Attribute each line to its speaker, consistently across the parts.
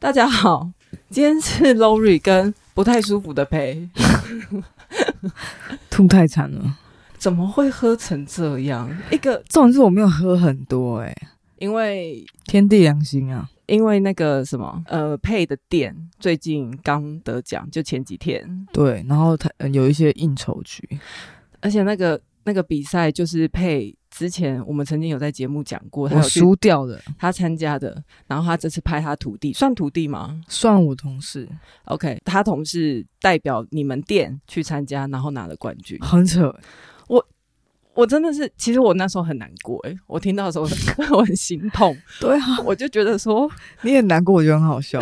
Speaker 1: 大家好，今天是 Lori 跟不太舒服的 裴，
Speaker 2: 吐太惨了。
Speaker 1: 怎么会喝成这样？一个
Speaker 2: 重点是我没有喝很多、欸，哎，
Speaker 1: 因为
Speaker 2: 天地良心啊！
Speaker 1: 因为那个什么呃佩的店最近刚得奖，就前几天，
Speaker 2: 对，然后他呃有一些应酬局，
Speaker 1: 而且那个那个比赛就是佩之前我们曾经有在节目讲过，他
Speaker 2: 我
Speaker 1: 有去
Speaker 2: 输掉的，
Speaker 1: 他参加的，然后他这次拍他徒弟，算徒弟吗
Speaker 2: 算我同事，
Speaker 1: ？OK，他同事代表你们店去参加，然后拿了冠军。
Speaker 2: 很扯、欸
Speaker 1: 我真的是，其实我那时候很难过诶、我听到的时候很我很心痛，
Speaker 2: 对啊，
Speaker 1: 我就觉得说，
Speaker 2: 你很难过，我觉得很好 笑，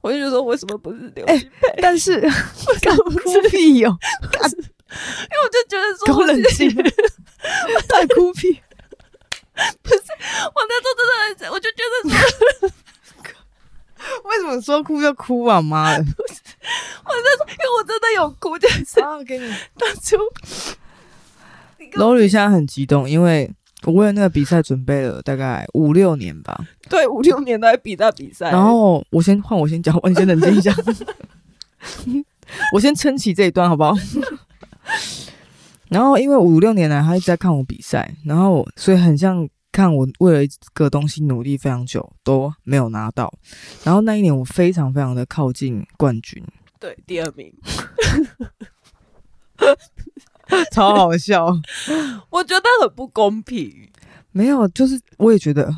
Speaker 1: 我就觉得说为什么不是刘
Speaker 2: 哎
Speaker 1: 星佩？
Speaker 2: 但 是
Speaker 1: 为什么不是？因
Speaker 2: 哭屁哟、
Speaker 1: 为我就觉得
Speaker 2: 给
Speaker 1: 说，
Speaker 2: 我冷静，太哭屁，
Speaker 1: 我那时候真的很，我就觉得说，
Speaker 2: 为什么说哭就哭啊？ 妈的！
Speaker 1: 因为我真的有哭，就是
Speaker 2: 啊，给你。
Speaker 1: 当初
Speaker 2: Lori 现在很激动，因为我为了那个比赛准备了大概五六年吧。
Speaker 1: 对五六年都在比那比赛，
Speaker 2: 然后我先换我先讲， 我你先冷静一下，我先撑起这一段好不 好？然后因为五六年来他一直在看我比赛，然后所以很像看我为了一个东西努力非常久都没有拿到，然后那一年我非常非常的靠近冠军，
Speaker 1: 对第二名，
Speaker 2: 超好笑。
Speaker 1: 我觉得很不公平。
Speaker 2: 没有，就是我也觉得，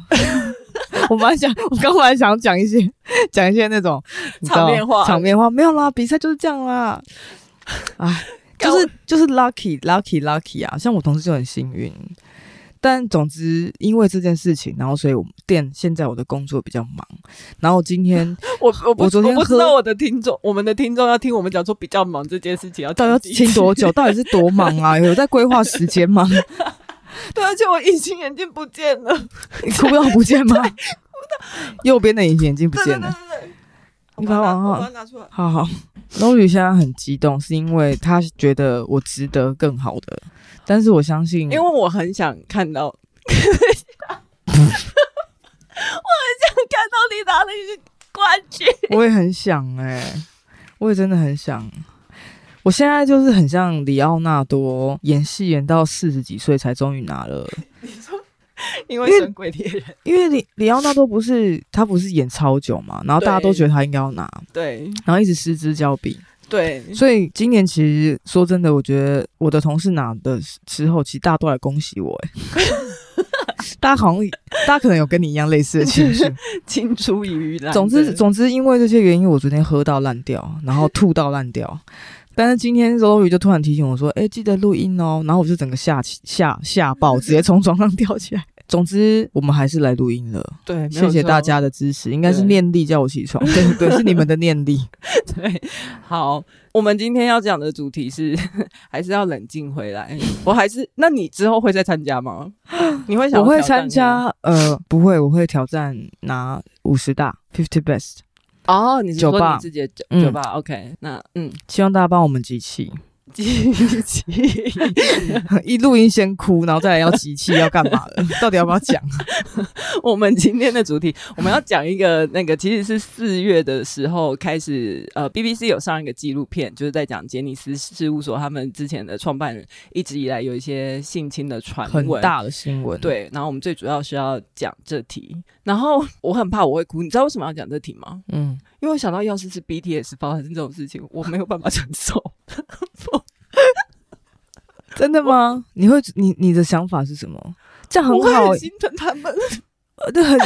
Speaker 2: 我蛮想，我刚本来想讲一些 讲一些那种你知
Speaker 1: 场
Speaker 2: 道
Speaker 1: 面话
Speaker 2: 场面话没有啦，比赛就是这样啦。哎，
Speaker 1: 干
Speaker 2: 就是就是 lucky lucky lucky 啊，像我同事就很幸运。但总之，因为这件事情，然后所以我们店现在我的工作比较忙，然后今天
Speaker 1: 我我不
Speaker 2: 我昨天
Speaker 1: 我不知
Speaker 2: 喝
Speaker 1: 道我的听众，我们的听众要听我们讲说比较忙这件事情要
Speaker 2: 到底要
Speaker 1: 听几
Speaker 2: 听多久？到底是多忙啊？有在规划时间吗？
Speaker 1: 集？对，而且我隐形眼镜不见了，
Speaker 2: 你哭到不见吗？右边的隐形眼镜不
Speaker 1: 对对
Speaker 2: 见
Speaker 1: 对
Speaker 2: 了。
Speaker 1: 对对，
Speaker 2: 你把它
Speaker 1: 它
Speaker 2: 往后
Speaker 1: 我把它拿出来。
Speaker 2: 好好，龙宇现在很激动，是因为他觉得我值得更好的，但是我相信，
Speaker 1: 因为我很想看 到，我很想看到你拿了一个冠军。
Speaker 2: 我也很想哎、我也真的很想。我现在就是很像里奥纳多，演戏演到四十几岁才终于拿了，
Speaker 1: 因
Speaker 2: 因
Speaker 1: 为
Speaker 2: 为
Speaker 1: 神鬼猎人，
Speaker 2: 因为里里奥纳多不是他不是演超久嘛，然后大家都
Speaker 1: 对
Speaker 2: 觉得他应该要拿，
Speaker 1: 对
Speaker 2: 然后一直失之交臂，
Speaker 1: 对，
Speaker 2: 所以今年其实说真的，我觉得我的同事拿的时候，其实大家都来恭喜我、欸， 大家好像大家可能有跟你一样类似的情绪。
Speaker 1: 青出于蓝。
Speaker 2: 总之，
Speaker 1: 总
Speaker 2: 总之因为这些原因，我昨天喝到烂掉，然后吐到烂 掉。但是今天周瑜就突然提醒我说：“哎、记得录音哦。”然后我就整个吓起吓吓 爆，直接从床上掉起来。总之，我们还是来录音了，
Speaker 1: 对，没有
Speaker 2: 谢谢
Speaker 1: 错
Speaker 2: 大。家的支持，应该是
Speaker 1: 对
Speaker 2: 念力叫我起床，对对，是你们的念力。
Speaker 1: 对，好，我们今天要讲的主题是，还是要冷静回来。我还是，那你之后会再参加吗？你会想
Speaker 2: 我
Speaker 1: 要
Speaker 2: 会
Speaker 1: 挑战
Speaker 2: 参加，呃，不会，我会挑战拿五十大 fifty best，
Speaker 1: 哦，你是说
Speaker 2: 酒吧
Speaker 1: 你自己的酒
Speaker 2: 嗯
Speaker 1: 酒吧？OK，那 嗯，
Speaker 2: 希望大家帮我们集气。
Speaker 1: 机器
Speaker 2: 一录音先哭，然后再来要集 气，要干嘛的？到底要不要讲？
Speaker 1: 我们今天的主题，我们要讲一个那个，其实是四月的时候开始，呃，BBC 有上一个纪录片，就是在讲杰尼斯事务所他们之前的创办人一直以来有一些性侵的传
Speaker 2: 很
Speaker 1: 闻。
Speaker 2: 大的新闻，，
Speaker 1: 对，然后我们最主要是要讲这题，然后我很怕我会哭，你知道为什么要讲这题吗？
Speaker 2: 嗯，
Speaker 1: 因为我想到要是是 BTS 发生这种事情，我没有办法承受。
Speaker 2: 真的吗？你会，你你的想法是什么？这样很
Speaker 1: 我会
Speaker 2: 好，
Speaker 1: 心疼他们。
Speaker 2: 呃 对，很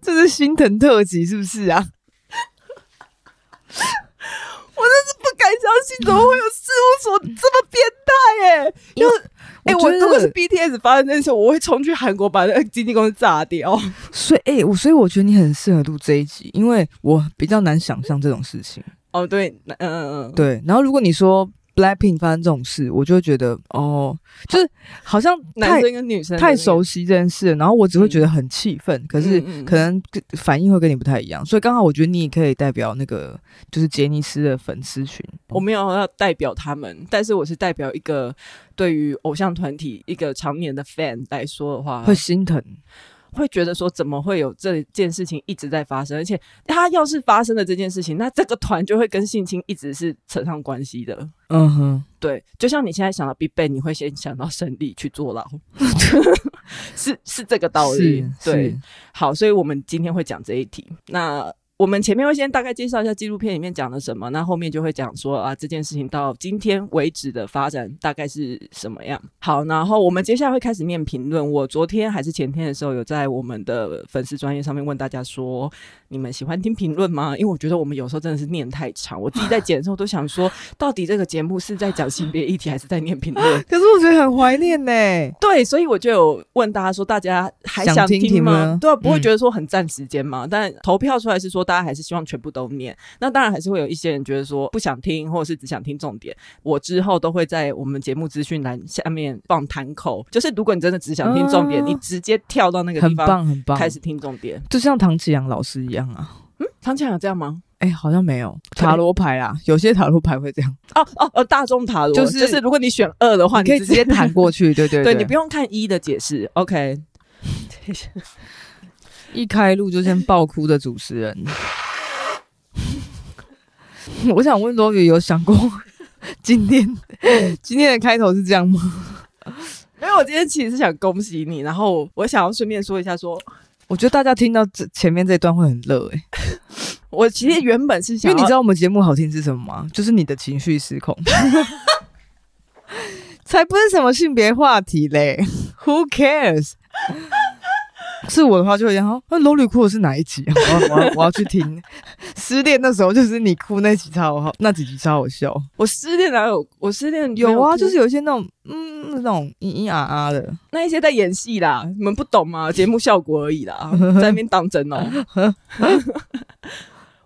Speaker 2: 这是心疼特辑是不是啊？
Speaker 1: 不敢相信，怎么会有事务所这么变态、欸？因为，哎、我
Speaker 2: 觉得
Speaker 1: 如果是 BTS 发生这件事，我会冲去韩国把那个经纪公司炸掉。
Speaker 2: 所以，哎、我所以我觉得你很适合录这一集，因为我比较难想象这种事情。
Speaker 1: 哦，对，嗯嗯嗯，
Speaker 2: 对，然后如果你说 Blackpink 发生这种事，我就会觉得哦，就是好像
Speaker 1: 男
Speaker 2: 太
Speaker 1: 生跟女生
Speaker 2: 太熟悉这件事了，然后我只会觉得很气愤，可是
Speaker 1: 嗯嗯
Speaker 2: 可能反应会跟你不太一样，所以刚好我觉得你也可以代表那个就是杰尼斯的粉丝群，
Speaker 1: 我没有要代表他们，但是我是代表一个对于偶像团体一个常年的 fan 来说的话，
Speaker 2: 会心疼，
Speaker 1: 会觉得说怎么会有这件事情一直在发生，而且他要是发生了这件事情，那这个团就会跟性侵一直是扯上关系的。
Speaker 2: 嗯哼，
Speaker 1: 对，就像你现在想到 BigBang，你会先想到胜利去坐 牢，是是这个道理。
Speaker 2: 是
Speaker 1: 对
Speaker 2: 是，
Speaker 1: 好，所以我们今天会讲这一题。那我们前面会先大概介绍一下纪录片里面讲了什么，那后面就会讲说啊这件事情到今天为止的发展大概是什么样。好，然后我们接下来会开始念评论。我昨天还是前天的时候有在我们的粉丝专业上面问大家说，你们喜欢听评论吗？因为我觉得我们有时候真的是念太长，我自己在剪的时候都想说，到底这个节目是在讲性别议题还是在念评论？
Speaker 2: 可是我觉得很怀念呢、
Speaker 1: 对，所以我就有问大家说，大家还
Speaker 2: 想
Speaker 1: 听
Speaker 2: 听听
Speaker 1: 吗
Speaker 2: 吗？
Speaker 1: 对啊，不会
Speaker 2: 嗯
Speaker 1: 觉得说很占时间嘛？但投票出来是说，大家还是希望全部都念。那当然还是会有一些人觉得说不想听，或者是只想听重点。我之后都会在我们节目资讯栏下面放弹口，就是如果你真的只想听重点，
Speaker 2: 啊
Speaker 1: 你直接跳到那个地
Speaker 2: 很
Speaker 1: 方
Speaker 2: 棒很棒，
Speaker 1: 开始听重点。
Speaker 2: 就像唐启阳老师一样啊。
Speaker 1: 唐倩有这样吗？
Speaker 2: 哎、好像没有
Speaker 1: 可能
Speaker 2: 塔罗牌啦，有些塔罗牌会这样，
Speaker 1: 哦哦哦，大众塔罗
Speaker 2: 就是
Speaker 1: 如啊果你选二的话，
Speaker 2: 你可以直接弹过去，对 对
Speaker 1: 对
Speaker 2: 对，
Speaker 1: 你不用看一的解释。OK，
Speaker 2: 一开录就先爆哭的主持人。 我想问罗宇，有想过今天今天的开头是这样吗？
Speaker 1: 因为我今天其实是想恭喜你，然后我想要顺便说一下说，
Speaker 2: 我觉得大家听到这前面这段会很热哎、
Speaker 1: 我其实原本是
Speaker 2: 因
Speaker 1: 想
Speaker 2: 为你
Speaker 1: 要
Speaker 2: 知道我们节目好听是什么吗？就是你的情绪失控，才不是什么性别话题嘞，Who cares？是我的话就会讲，哦那楼里哭的是哪一集啊？我要我要我要去听。 失恋那时候就是你哭那集超好，那几集超好笑。
Speaker 1: 我失恋哪有我失恋没
Speaker 2: 有啊，
Speaker 1: 哭
Speaker 2: 就是有一些那种嗯那种咿咿啊啊的，
Speaker 1: 那一些在演戏啦，你们不懂吗？ 节目效果而已啦，在那边当真哦。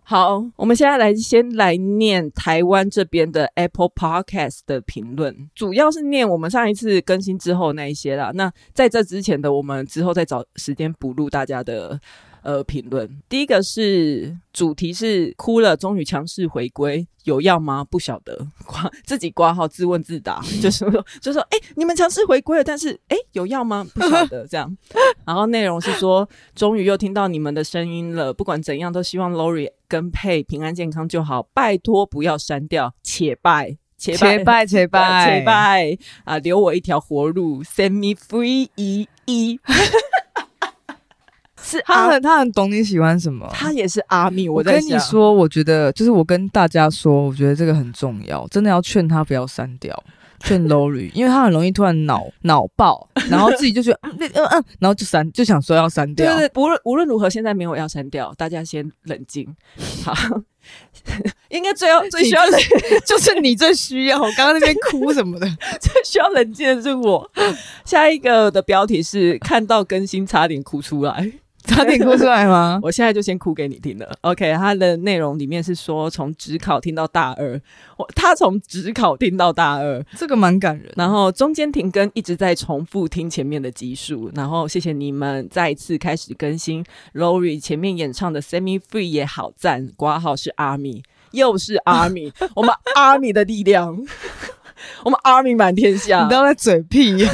Speaker 1: 好，我们现在来先来念台湾这边的 Apple Podcast 的评论，主要是念我们上一次更新之后那一些啦。那在这之前的，我们之后再找时间补录大家的呃评论。第一个是主题是哭了，终于强势回归，有药吗？不晓得，挂自己挂号自问自 答，就是说就说哎、诶你们强势回归了，但是哎、诶有药吗？不晓得这样。 然后内容是说，终于又听到你们的声音了，不管怎样都希望 Lori 跟佩平安健康就好，拜托不要删掉，且拜。且拜
Speaker 2: 切拜切拜
Speaker 1: 拜拜啊，留我一条活路，Send me free E 一一。 是
Speaker 2: 他
Speaker 1: 阿，
Speaker 2: 很他很懂你喜欢什么。
Speaker 1: 他也是阿密，我在
Speaker 2: 跟
Speaker 1: 想
Speaker 2: 你，说，我觉得就是我跟大家说，我觉得这个很重要，真的要劝他不要删掉， 劝 Lori，因为他很容易突然脑脑爆，然后自己就觉得 嗯那嗯嗯，然后就删就想说要删
Speaker 1: 对啊
Speaker 2: 掉。
Speaker 1: 对对，无论无论如何，现在没有要删掉，大家先冷静。好， 应该最 要最需要冷
Speaker 2: 就是你最需要，我刚刚那边哭 什么的，
Speaker 1: 最需要冷静的是我。下一个的标题是看到更新差点哭出来。
Speaker 2: 差点哭出 来吗？
Speaker 1: 我现在就先哭给你听了。OK，它的内容里面是说从职考听到大二，我他从职考听到大二，
Speaker 2: 这个蛮感人。
Speaker 1: 然后中间停更一直在重复听前面的集数，然后谢谢你们再一次开始更新。Lori 前面演唱的《Semi Free》也好赞，挂号是阿米，又是阿米，我们阿米的力量， 我们阿米满天下
Speaker 2: 你。都在嘴 屁呀、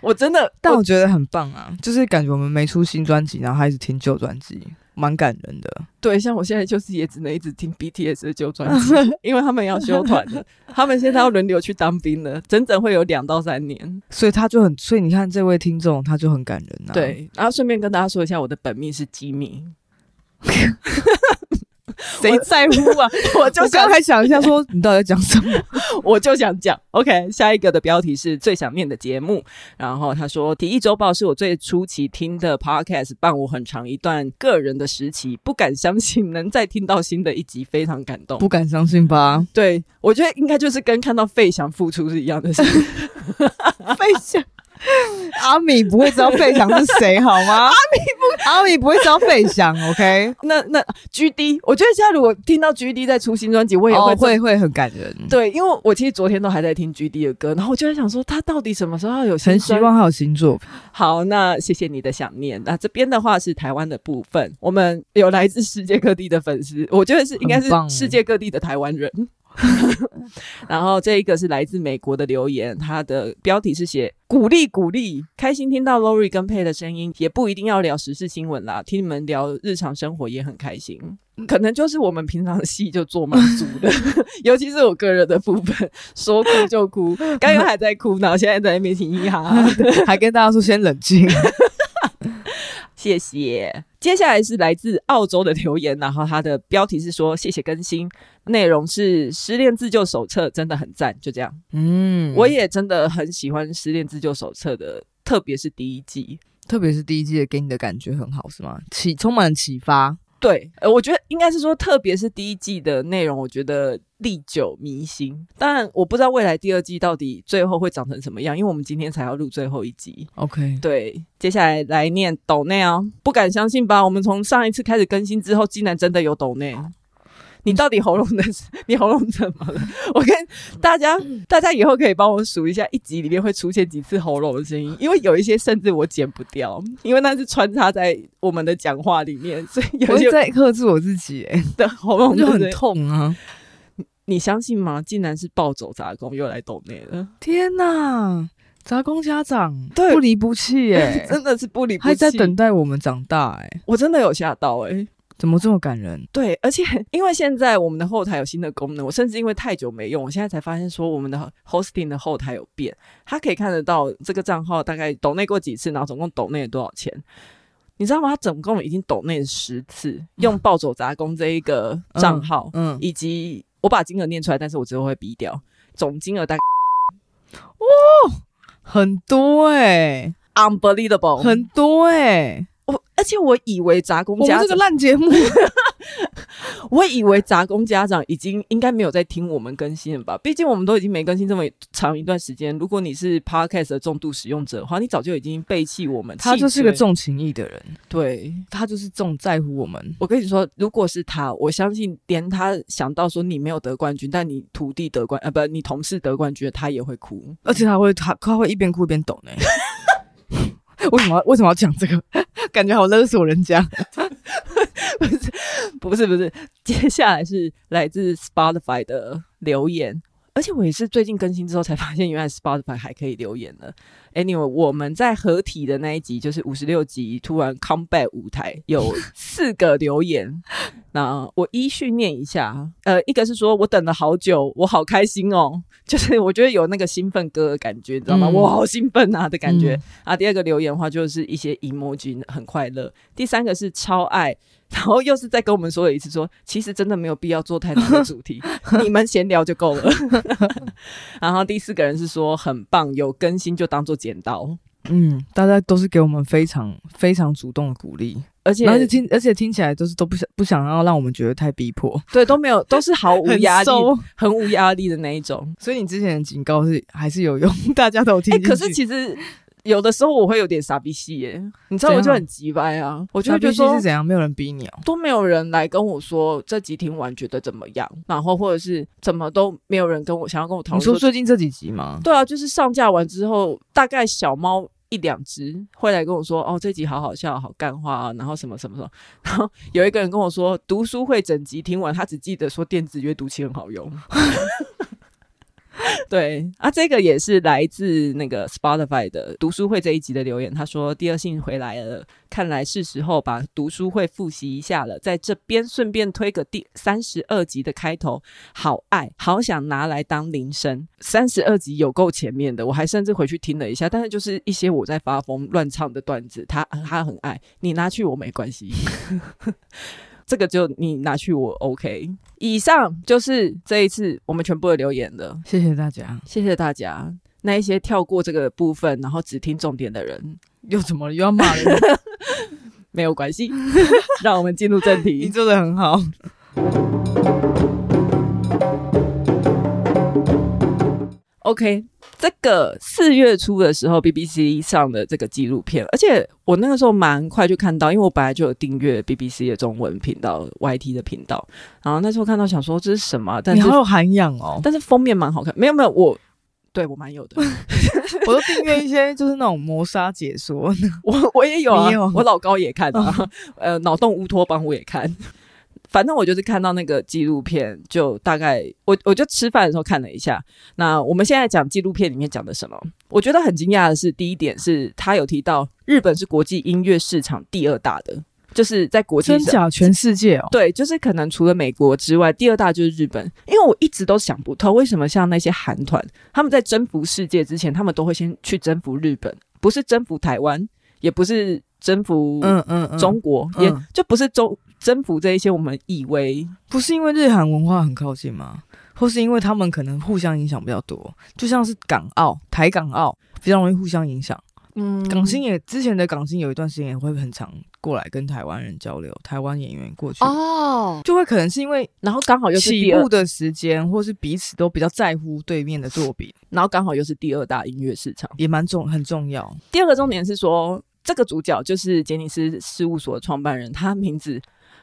Speaker 1: 我真的，
Speaker 2: 但
Speaker 1: 我
Speaker 2: 我觉得很棒啊，就是感觉我们没出新专辑，然后还一直听旧专辑，蛮感人的。
Speaker 1: 对，像我现在就是也只能一直听 BTS 的旧专辑，因为他们要休团了，他们现在要轮流去当兵了，整整会有两到三年。
Speaker 2: 所以他就很，所以你看这位听众，他就很感人啊。，
Speaker 1: 对，然后顺便跟大家说一下，我的本命是机密，
Speaker 2: 谁在乎啊？
Speaker 1: 我
Speaker 2: 我刚刚还想一下说，你到底在讲什 么？
Speaker 1: 我就想讲，OK，下一个的标题是最想念的节目。然后他说，《体育周报》是我最初期听的 Podcast，伴我很长一段个人的时期，不敢相信能再听到新的一集，非常感动。
Speaker 2: 不敢相信 吧？
Speaker 1: 对，我觉得应该就是跟看到费翔复出是一样的事。
Speaker 2: 费翔，阿米不会知道费翔是谁好吗？ 阿米不，阿米不会知道费翔，OK？
Speaker 1: 那那 GD，我觉得现在如果听到 GD 在出新专辑，我也会、
Speaker 2: 哦会会很感人，
Speaker 1: 对，因为我其实昨天都还在听 GD 的歌，然后我就在想说，他到底什么时候要有新
Speaker 2: 很希
Speaker 1: 专辑
Speaker 2: 望他有新作品。
Speaker 1: 好，那谢谢你的想念。那这边的话是台湾的部分，我们有来自世界各地的粉丝，我觉得是应该是
Speaker 2: 很棒
Speaker 1: 世界各地的台湾人。然后这一个是来自美国的留言，它的标题是写“鼓励鼓励”，开心听到 Lori 跟佩的声音，也不一定要聊时事新闻啦，听你们聊日常生活也很开心。
Speaker 2: 嗯
Speaker 1: 可能就是我们平常的戏就做满足的， 尤其是我个人的部分，说哭就哭，刚刚还在哭，然后现在在那边嘻嘻哈哈。
Speaker 2: 还跟大家说先冷 静。
Speaker 1: 谢谢。接下来是来自澳洲的留言，然后它的标题是说“谢谢更新”，内容是《失恋自救手册》，真的很赞，就这样。
Speaker 2: 嗯，
Speaker 1: 我也真的很喜欢《失恋自救手册》的，特别是第一季。
Speaker 2: 特别是第一季的给你的感觉很好，是吗？启充满了启发。
Speaker 1: 对，呃，我觉得应该是说，特别是第一季的内容，我觉得历久弥新。当然，我不知道未来第二季到底最后会长成什么样，因为我们今天才要录最后一集。
Speaker 2: OK，
Speaker 1: 对，接下来来念抖内哦，不敢相信吧？我们从上一次开始更新之后，竟然真的有抖内。你到底喉咙的， 你喉咙怎么了？我跟大家，大家以后可以帮我数一下一集里面会出现几次喉咙的声音，因为有一些甚至我剪不掉，因为那是穿插在我们的讲话里面，所以有
Speaker 2: 我
Speaker 1: 些
Speaker 2: 一直在克制我自己、欸，
Speaker 1: 的喉咙
Speaker 2: 就很
Speaker 1: 对
Speaker 2: 痛啊！
Speaker 1: 你相信吗？竟然是暴走杂工又来抖内了，
Speaker 2: 天哪，杂工家长
Speaker 1: 对，
Speaker 2: 不离不弃、耶
Speaker 1: 真的是不离不弃。
Speaker 2: 还在等待我们长大、哎，
Speaker 1: 我真的有吓到哎、
Speaker 2: 怎么这么感人？
Speaker 1: 对，而且 因为现在我们的后台有新的功能，我甚至因为太久没用，我现在才发现说我们的 hosting 的后台有变，它可以看得到这个账号大概抖内过几次，然后总共抖内了多少钱。你知道吗？它总共已经抖内了十次，用暴走杂工这一个账号，
Speaker 2: 嗯，
Speaker 1: 以及我把金额念出来，但是我之后会逼掉，总金额大概
Speaker 2: 很多哎、
Speaker 1: unbelievable，
Speaker 2: 很多哎、
Speaker 1: 我而且我以为杂工
Speaker 2: 我们
Speaker 1: 家
Speaker 2: 这个
Speaker 1: 长，
Speaker 2: 烂 节目，
Speaker 1: 我以为杂工家长已经应该没有在听我们更新了吧？毕竟我们都已经没更新这么长一段时间。如果你是 podcast 的重度使用者的话，你早就已经背弃我们。
Speaker 2: 他
Speaker 1: 弃
Speaker 2: 就是个
Speaker 1: 追
Speaker 2: 重情义的人，
Speaker 1: 对。
Speaker 2: 他就是重在乎我们。
Speaker 1: 我跟你说，如果是他，我相信连他想到说你没有得冠军，但你徒弟得冠，呃，不，你同事得冠军，他也会哭。
Speaker 2: 而且他会他他会一边哭一边抖呢。 为什么要为什么要讲这个？ 感觉好勒索人家。
Speaker 1: 不是不是，接下来是来自 Spotify 的留言，而且我也是最近更新之后才发现，原来 Spotify 还可以留言呢。Anyway，我们在合体的那一集，就是五十六集，突然 come back 舞台有四个留言， 那我依序念一下。呃，一个是说我等了好久，我好开心哦，就是我觉得有那个兴奋歌的感觉，你知道吗？
Speaker 2: 嗯
Speaker 1: 我好兴奋啊的感觉。
Speaker 2: 嗯
Speaker 1: 啊，第二个留言的话就是一些 emoji 很快乐，第三个是超爱，然后又是再跟我们说了一次说，其实真的没有必要做太难的主 题，你们闲聊就够了。 然后第四个人是说很棒，有更新就当做剪刀，
Speaker 2: 嗯，大家都是给我们非常非常主动的鼓励，
Speaker 1: 而且
Speaker 2: 然后就听，而且听起来都是都不想不想要让我们觉得太逼迫，
Speaker 1: 对都没 有都是毫无压
Speaker 2: 很
Speaker 1: 力，
Speaker 2: 收
Speaker 1: 很无压力的那一种。
Speaker 2: 所以你之前的警告是还是有用，大家都有听
Speaker 1: 哎、
Speaker 2: 进去。
Speaker 1: 可是其实。有的时候我会有点傻逼戏耶，你知道
Speaker 2: 怎
Speaker 1: 我就
Speaker 2: 样
Speaker 1: 很急掰啊，我
Speaker 2: 我
Speaker 1: 就会觉得说
Speaker 2: 是怎样，没有人逼你哦。
Speaker 1: 都没有人来跟我说这集听完觉得怎么样，然后或者是怎么都没有人跟我想要跟我讨
Speaker 2: 你
Speaker 1: 论
Speaker 2: 说最近这几集吗？
Speaker 1: 对啊，就是上架完之后，大概小猫一两只会来跟我说，哦，这集好好笑，好干话啊，然后什么什么什么。然后有一个人跟我说，读书会整集听完，他只记得说电子阅读器很好用。 对啊，这个也是来自那个 Spotify 的读书会这一集的留言。他说：“第二性回来了，看来是时候把读书会复习一下了。在这边顺便推个第三十二集的开头，好爱，好想拿来当铃声。三十二集有够前面的，我还甚至回去听了一下，但是就是一些我在发疯乱唱的段子，他他很爱你拿去我没关系， 这个就你拿去我 OK。以上就是这一次我们全部的留言了，
Speaker 2: 谢谢大家。
Speaker 1: 谢谢大家。那一些跳过这个部分，然后只听重点的人，
Speaker 2: 又怎么了？又要骂人？
Speaker 1: 没有关系，让我们进入正
Speaker 2: 你
Speaker 1: 题。
Speaker 2: 做的很好。
Speaker 1: OK，这个四月初的时候，BBC 上的这个纪录片，而且我那个时候蛮快就看到，因为我本来就有订阅 BBC 的中文频道、YT 的频道，然后那时候看到想说这是什么啊，但
Speaker 2: 你
Speaker 1: 是
Speaker 2: 好有涵养哦！
Speaker 1: 但是封面蛮好看，没有没有，我对我蛮有的，
Speaker 2: 我都订阅一些就是那种谋杀解 说，
Speaker 1: 我我也有啊，哦
Speaker 2: 你有
Speaker 1: 我老高也看啊，呃，脑洞乌托邦我也看。 反正我就是看到那个纪录片，就大概我我就吃饭的时候看了一下。那我们现在讲纪录片里面讲的什么？我觉得很惊讶的是，第一点是他有提到日本是国际音乐市场第二大的，就是在国际
Speaker 2: 真
Speaker 1: 上。
Speaker 2: 假全世界哦，
Speaker 1: 对，就是可能除了美国之外，第二大就是日本。因为我一直都想不透，为什么像那些韩团，他们在征服世界之前，他们都会先去征服日本，不是征服台湾，也不是征服
Speaker 2: 嗯嗯嗯，
Speaker 1: 中国，
Speaker 2: 嗯
Speaker 1: 也就不是中征服这一些我们以为
Speaker 2: 不是因为日韩文化很靠近吗？或是因为他们可能互相影响比较多，就像是港澳、台港澳比较容易互相影响。
Speaker 1: 嗯
Speaker 2: 港星也之前的港星有一段时间也会很常过来跟台湾人交流，台湾演员过去，
Speaker 1: 哦，
Speaker 2: 就会可能是因为
Speaker 1: 然后刚好又是
Speaker 2: 起
Speaker 1: 第二
Speaker 2: 步，的时间，或是彼此都比较在乎对面的作品，
Speaker 1: 然后刚好又是第二大音乐市场。
Speaker 2: 也蛮重很重要。
Speaker 1: 第二个重点是说，这个主角就是杰尼斯事务所的创办人，他名字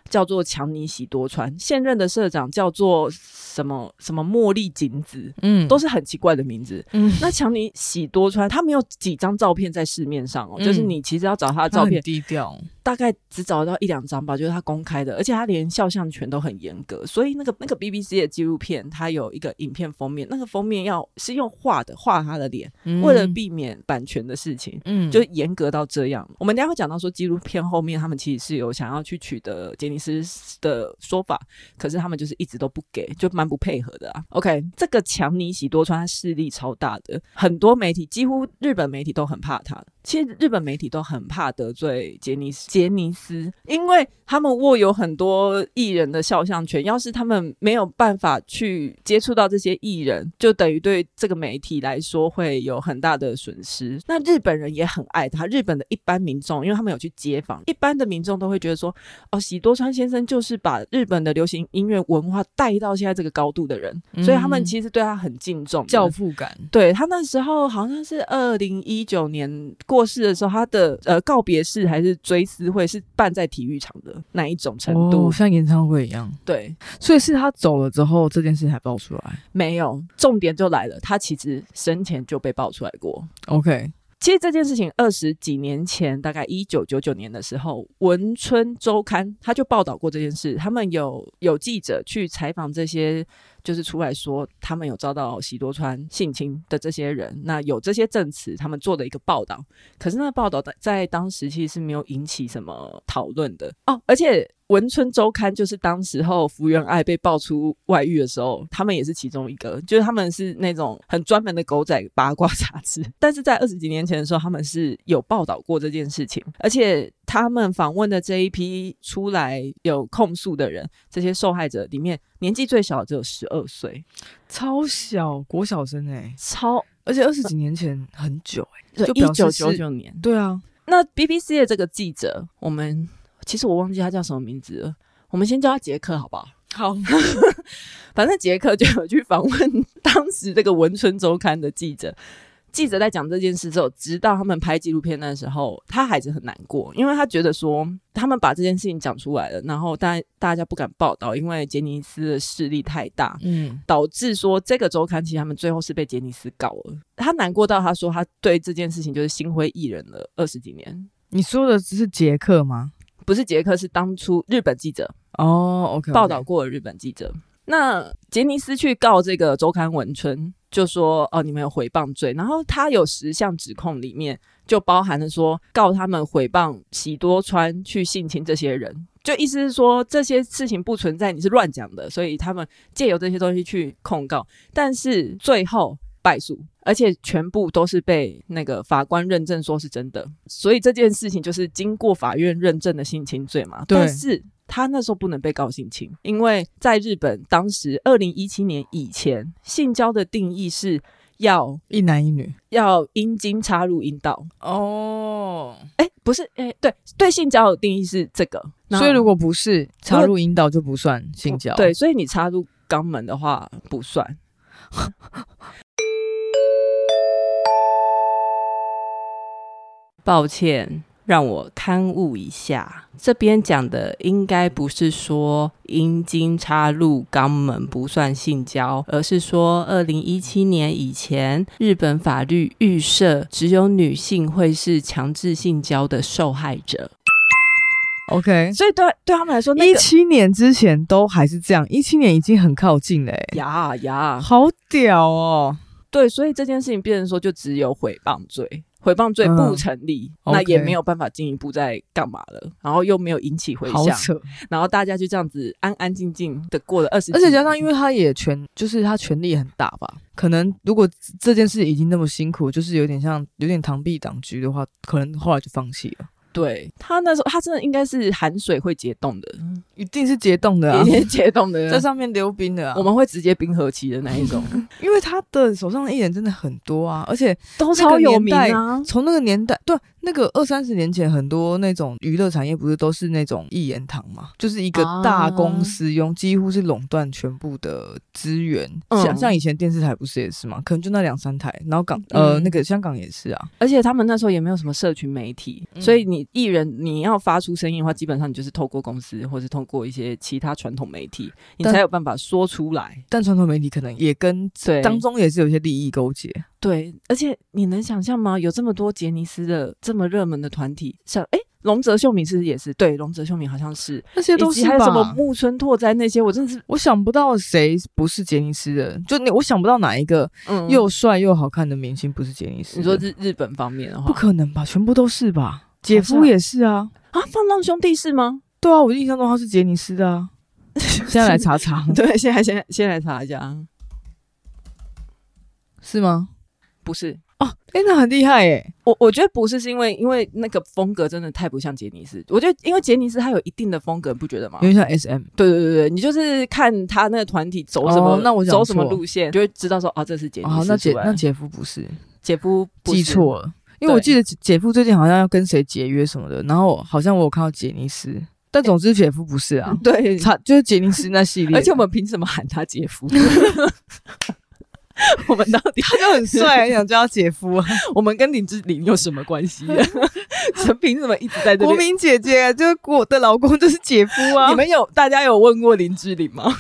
Speaker 1: 叫做强尼喜多川，现任的社长叫做什么什么茉莉锦子，
Speaker 2: 嗯
Speaker 1: 都是很奇怪的名字。
Speaker 2: 嗯，
Speaker 1: 那强尼喜多川他没有几张照片在市面上哦，
Speaker 2: 嗯
Speaker 1: 就是你其实要找他的照
Speaker 2: 他
Speaker 1: 片
Speaker 2: 很，低调，
Speaker 1: 大概只找得到一两张吧，就是他公开的，而且他连肖像权都很严格，所以那个那个 BBC 的纪录片，它有一个影片封面，那个封面要是用画的画他的脸，为了避免版权的事情。
Speaker 2: 嗯
Speaker 1: 就严格到这样。我们等一下会讲到说，纪录片后面他们其实是有想要去取得杰尼斯的说法，可是他们就是一直都不给，就蛮不配合的啊。OK，这个强尼喜多川他势力超大的，很多媒体几乎日本媒体都很怕他。其实日本媒体都很怕得罪杰尼斯，杰尼斯，因为他们握有很多艺人的肖像权，要是他们没有办法去接触到这些艺人，就等于对这个媒体来说会有很大的损失。那日本人也很爱他，日本的一般民众，因为他们有去街访，一般的民众都会觉得说，哦，喜多川先生就是把日本的流行音乐文化带到现在这个高度的人，所以他们
Speaker 2: 嗯
Speaker 1: 其实对他很敬重的，
Speaker 2: 教父感，
Speaker 1: 对他那时候好像是二零一九年过世的时候，他的呃告别式还是追思会是办在体育场的那一种程度。
Speaker 2: 哦像演唱会一样。
Speaker 1: 对，
Speaker 2: 所以是他走了之后，这件事才爆出来。
Speaker 1: 没有重点就来了，他其实生前就被爆出来过。
Speaker 2: OK，
Speaker 1: 其实这件事情二十几年前，大概一九九九年的时候，《文春周刊》他就报道过这件事。他们有有记者去采访这些，就是出来说他们有遭到喜多川性侵的这些人，那有这些证词，他们做的一个报道。可是那个报道在在当时其实是没有引起什么讨论的哦，而且《文春周刊》就是当时候福原爱被爆出外遇的时候，他们也是其中一个，就是他们是那种很专门的狗仔八卦杂志， 但是在二十几年前的时候，他们是有报道过这件事情，而且他们访问的这一批出来有控诉的人，这些受害者里面年纪最小的只有十二岁，
Speaker 2: 超小国小生哎、
Speaker 1: 超
Speaker 2: 而且二十几年前很久 哎、就
Speaker 1: 一
Speaker 2: 表
Speaker 1: 九
Speaker 2: 示
Speaker 1: 九
Speaker 2: 是
Speaker 1: 九年，
Speaker 2: 对啊，
Speaker 1: 那 BBC 的这个记者，我们其实我忘记他叫什么名字了，我们先叫他杰克好不好？
Speaker 2: 好，
Speaker 1: 反正杰克就有去访问 当时这个《文春周刊》的记者。记者在讲这件事之后，直到他们拍纪录片的时候，他还是很难过，因为他觉得说他们把这件事情讲出来了，然后大大家不敢报道，因为杰尼斯的势力太大，
Speaker 2: 嗯，
Speaker 1: 导致说这个周刊其实他们最后是被杰尼斯告了。他难过到他说他对这件事情就是心灰意冷了二十几年，
Speaker 2: 你说的是杰克吗？
Speaker 1: 不是杰克，是当初日本记者
Speaker 2: 哦，OK，,
Speaker 1: 报道过的日本记者。那杰尼斯去告这个周刊文春，就说哦，你们有诽谤罪。然后他有十项指控，里面就包含了说告他们诽谤喜多川去性侵这些人，就意思是说这些事情不存在，你是乱讲的，所以他们借由这些东西去控告。但是最后败诉，而且全部都是被那个法官认证说是真的，所以这件事情就是经过法院认证的性侵罪嘛。
Speaker 2: 对
Speaker 1: 但是他那时候不能被告性侵，因为在日本当时二零一七年以前，性交的定义是要
Speaker 2: 一男一女。
Speaker 1: 要阴茎插入阴道。
Speaker 2: 哦，
Speaker 1: 哎，不是，哎，对对，性交的定义是这个。然后
Speaker 2: 所以如果不是插入阴道就不算性交。
Speaker 1: 哦对，，所以你插入肛门的话不算。抱歉，让我刊物一下。这边讲的应该不是说阴茎插入肛门不算性交，而是说二零一七年以前，日本法律预设只有女性会是强制性交的受害者。
Speaker 2: OK，
Speaker 1: 所以对对他们来说，那
Speaker 2: 一
Speaker 1: 个
Speaker 2: 七年之前都还是这样，一七年已经很靠近了、欸，
Speaker 1: 呀呀，
Speaker 2: 好屌哦！
Speaker 1: 对，所以这件事情变成说，就只有诽谤罪，诽谤罪不
Speaker 2: 嗯
Speaker 1: 成立，
Speaker 2: OK
Speaker 1: 那也没有办法进一步再干嘛了，然后又没有引起回
Speaker 2: 好
Speaker 1: 响，
Speaker 2: 扯，
Speaker 1: 然后大家就这样子安安静静的过了二十，
Speaker 2: 而且加上，因为他也权，就是他权力也很大吧？可能如果这件事已经那么辛苦，就是有点像有点螳臂挡车的话，可能后来就放弃了。
Speaker 1: 对他那时候他真的应该是含水会结冻的，
Speaker 2: 一定是解冻的啊，
Speaker 1: 也结冻 的，
Speaker 2: 在上面溜冰的啊
Speaker 1: 我。们会直接冰河期的那一 种，
Speaker 2: 因为他的手上的艺人真的很多啊，而且
Speaker 1: 都
Speaker 2: 超有名啊
Speaker 1: 啊。
Speaker 2: 从那个年代，对那个二三十年前，很多那种娱乐产业不是都是那种一言堂嘛，就是一个
Speaker 1: 啊
Speaker 2: 大公司用几乎是垄断全部的资源，
Speaker 1: 嗯
Speaker 2: 像像以前电视台不是也是嘛，可能就那两三台，然后港呃
Speaker 1: 嗯
Speaker 2: 那个香港也是啊，
Speaker 1: 而且他们那时候也没有什么社群媒体，
Speaker 2: 嗯
Speaker 1: 所以你艺人你要发出声音的话，基本上你就是透过公司或是通过一些其他传统媒体，你
Speaker 2: 但
Speaker 1: 才有办法说出来。
Speaker 2: 但传统媒体可能也跟
Speaker 1: 对，
Speaker 2: 当中也是有一些利益勾结，
Speaker 1: 对，而且你能想象吗？有这么多杰尼斯的这么热门的团体，像哎，龙泽秀明是不是也是？对，龙泽秀明好像是，
Speaker 2: 那些都
Speaker 1: 以
Speaker 2: 是
Speaker 1: 及还有什么
Speaker 2: 吧
Speaker 1: 木村拓哉那些，我真的是
Speaker 2: 我想不到谁不是杰尼斯的，就你我想不到哪一个
Speaker 1: 嗯
Speaker 2: 又帅又好看的明星不是杰尼斯的。
Speaker 1: 你说啊日日本方面的话，
Speaker 2: 不可能吧？全部都是吧？姐夫也是啊，
Speaker 1: 啊，放浪兄弟是吗？
Speaker 2: 对啊，我印象中他是杰尼斯的啊。现在来查查
Speaker 1: 对，现在先先来查一下，啊，
Speaker 2: 是吗？
Speaker 1: 不是。
Speaker 2: 哦，哎、那很厉害耶！
Speaker 1: 我我觉得不是，是因为因为那个风格真的太不像杰尼斯。我觉得因为杰尼斯他有一定的风格，你不觉得吗？
Speaker 2: 有点像 S M，
Speaker 1: 对对对对，你就是看他那个团体走什么，
Speaker 2: 哦那我想
Speaker 1: 走什么
Speaker 2: 错
Speaker 1: 路线，你就会知道说哦，这是杰尼斯出来。
Speaker 2: 哦，那姐那姐夫不是，
Speaker 1: 姐夫不
Speaker 2: 记
Speaker 1: 是，
Speaker 2: 错了，因为我记得姐姐夫最近好像要跟谁解约什么的，然后好像我有看到杰尼斯，但总之姐夫不是 啊，
Speaker 1: 对，
Speaker 2: 差就是杰尼斯那系列的，
Speaker 1: 而且我们凭什么喊他姐夫？我们到底
Speaker 2: 他就 很帅，很想叫他姐夫啊，
Speaker 1: 我们跟林志玲有什么关系、 啊？凭什么一直在这
Speaker 2: 国
Speaker 1: 边？
Speaker 2: 民姐姐，啊就是我的老公就是姐夫啊，
Speaker 1: 你们有大家有问过林志玲吗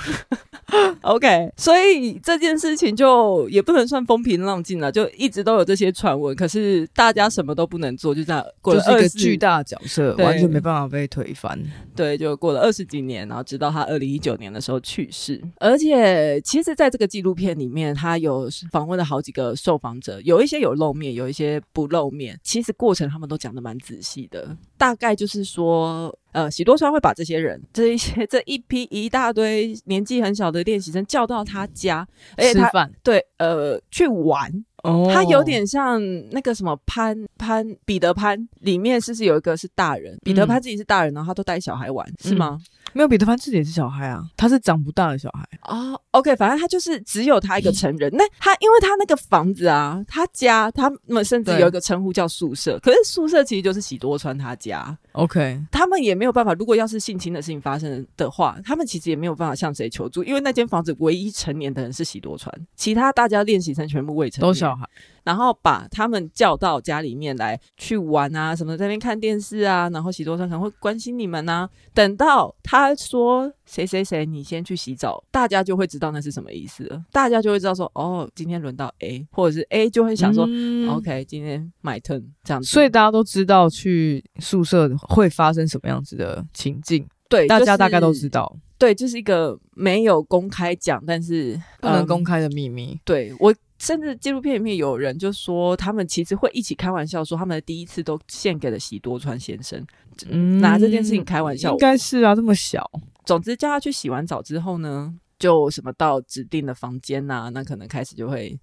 Speaker 1: ？OK，所以这件事情就也不能算风平浪静了，就一直都有这些传闻，可是大家什么都不能做，就这样过
Speaker 2: 就
Speaker 1: 了
Speaker 2: 是一
Speaker 1: 二
Speaker 2: 个
Speaker 1: 十
Speaker 2: 巨大的角色，
Speaker 1: 对
Speaker 2: 完全没办法被推翻。
Speaker 1: 对，就过了二十几年，然后直到他二零一九年的时候去世。而且，其实在这个纪录片里面，他有访问了好几个受访者，有一些有露面，有一些不露面。其实过程他们都讲的蛮仔细的，大概就是说。呃，喜多川会把这些人，这一些这一批一大堆年纪很小的练习生叫到他家，而且
Speaker 2: 吃
Speaker 1: 他
Speaker 2: 饭，
Speaker 1: 对呃去玩，
Speaker 2: 哦
Speaker 1: 他有点像那个什么潘潘彼得潘里面，是不是有一个是大人？彼得潘自己是大人，然后他都带小孩玩，是吗？
Speaker 2: 没有彼得潘自己也是小孩啊，他是长不大的小孩，
Speaker 1: 哦、o k 反正他就是只有他一个成人。那他因为他那个房子啊，他家他们甚至
Speaker 2: 对
Speaker 1: 有一个称呼叫宿舍，可是宿舍其实就是喜多川他家，
Speaker 2: OK，
Speaker 1: 他们也没有办法。如果要是性侵的事情发生的话，他们其实也没有办法向谁求助，因为那间房子唯一成年的人是喜多川，其他大家练习生全部未成年，
Speaker 2: 都小孩，
Speaker 1: 然后把他们叫到家里面来去玩啊，什么在那边看电视啊，然后喜多川可能会关心你们啊。等到他说谁谁谁，你先去洗澡，大家就会知道那是什么意思了，大家就会知道说哦，今天轮到 A，或者是 A 就会想说、哦
Speaker 2: 嗯
Speaker 1: OK，今天 my turn 这样子。
Speaker 2: 所以大家都知道去宿舍会发生什么样子的情境，
Speaker 1: 对
Speaker 2: 大
Speaker 1: 就
Speaker 2: 家
Speaker 1: 是
Speaker 2: 大概都知道，
Speaker 1: 对，就是一个没有公开讲，但是
Speaker 2: 不能
Speaker 1: 嗯
Speaker 2: 公开的秘密。
Speaker 1: 对我，甚至纪录片里面有人就说，他们其实会一起开玩笑说，他们的第一次都献给了喜多川先生，
Speaker 2: 嗯
Speaker 1: 拿这件事情开玩笑
Speaker 2: 应。该是啊，这么小，
Speaker 1: 总之，叫他去洗完澡之后呢，就什么到指定的房间呐、那可能开始就会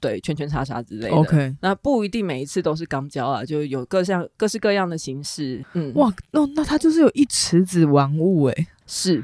Speaker 1: 对圈圈叉叉之类的。嗯
Speaker 2: OK
Speaker 1: 那不一定每一次都是肛交啊，就有各项各式各样的形式。嗯，
Speaker 2: 哇，那那他就是有一池子玩物诶、
Speaker 1: 是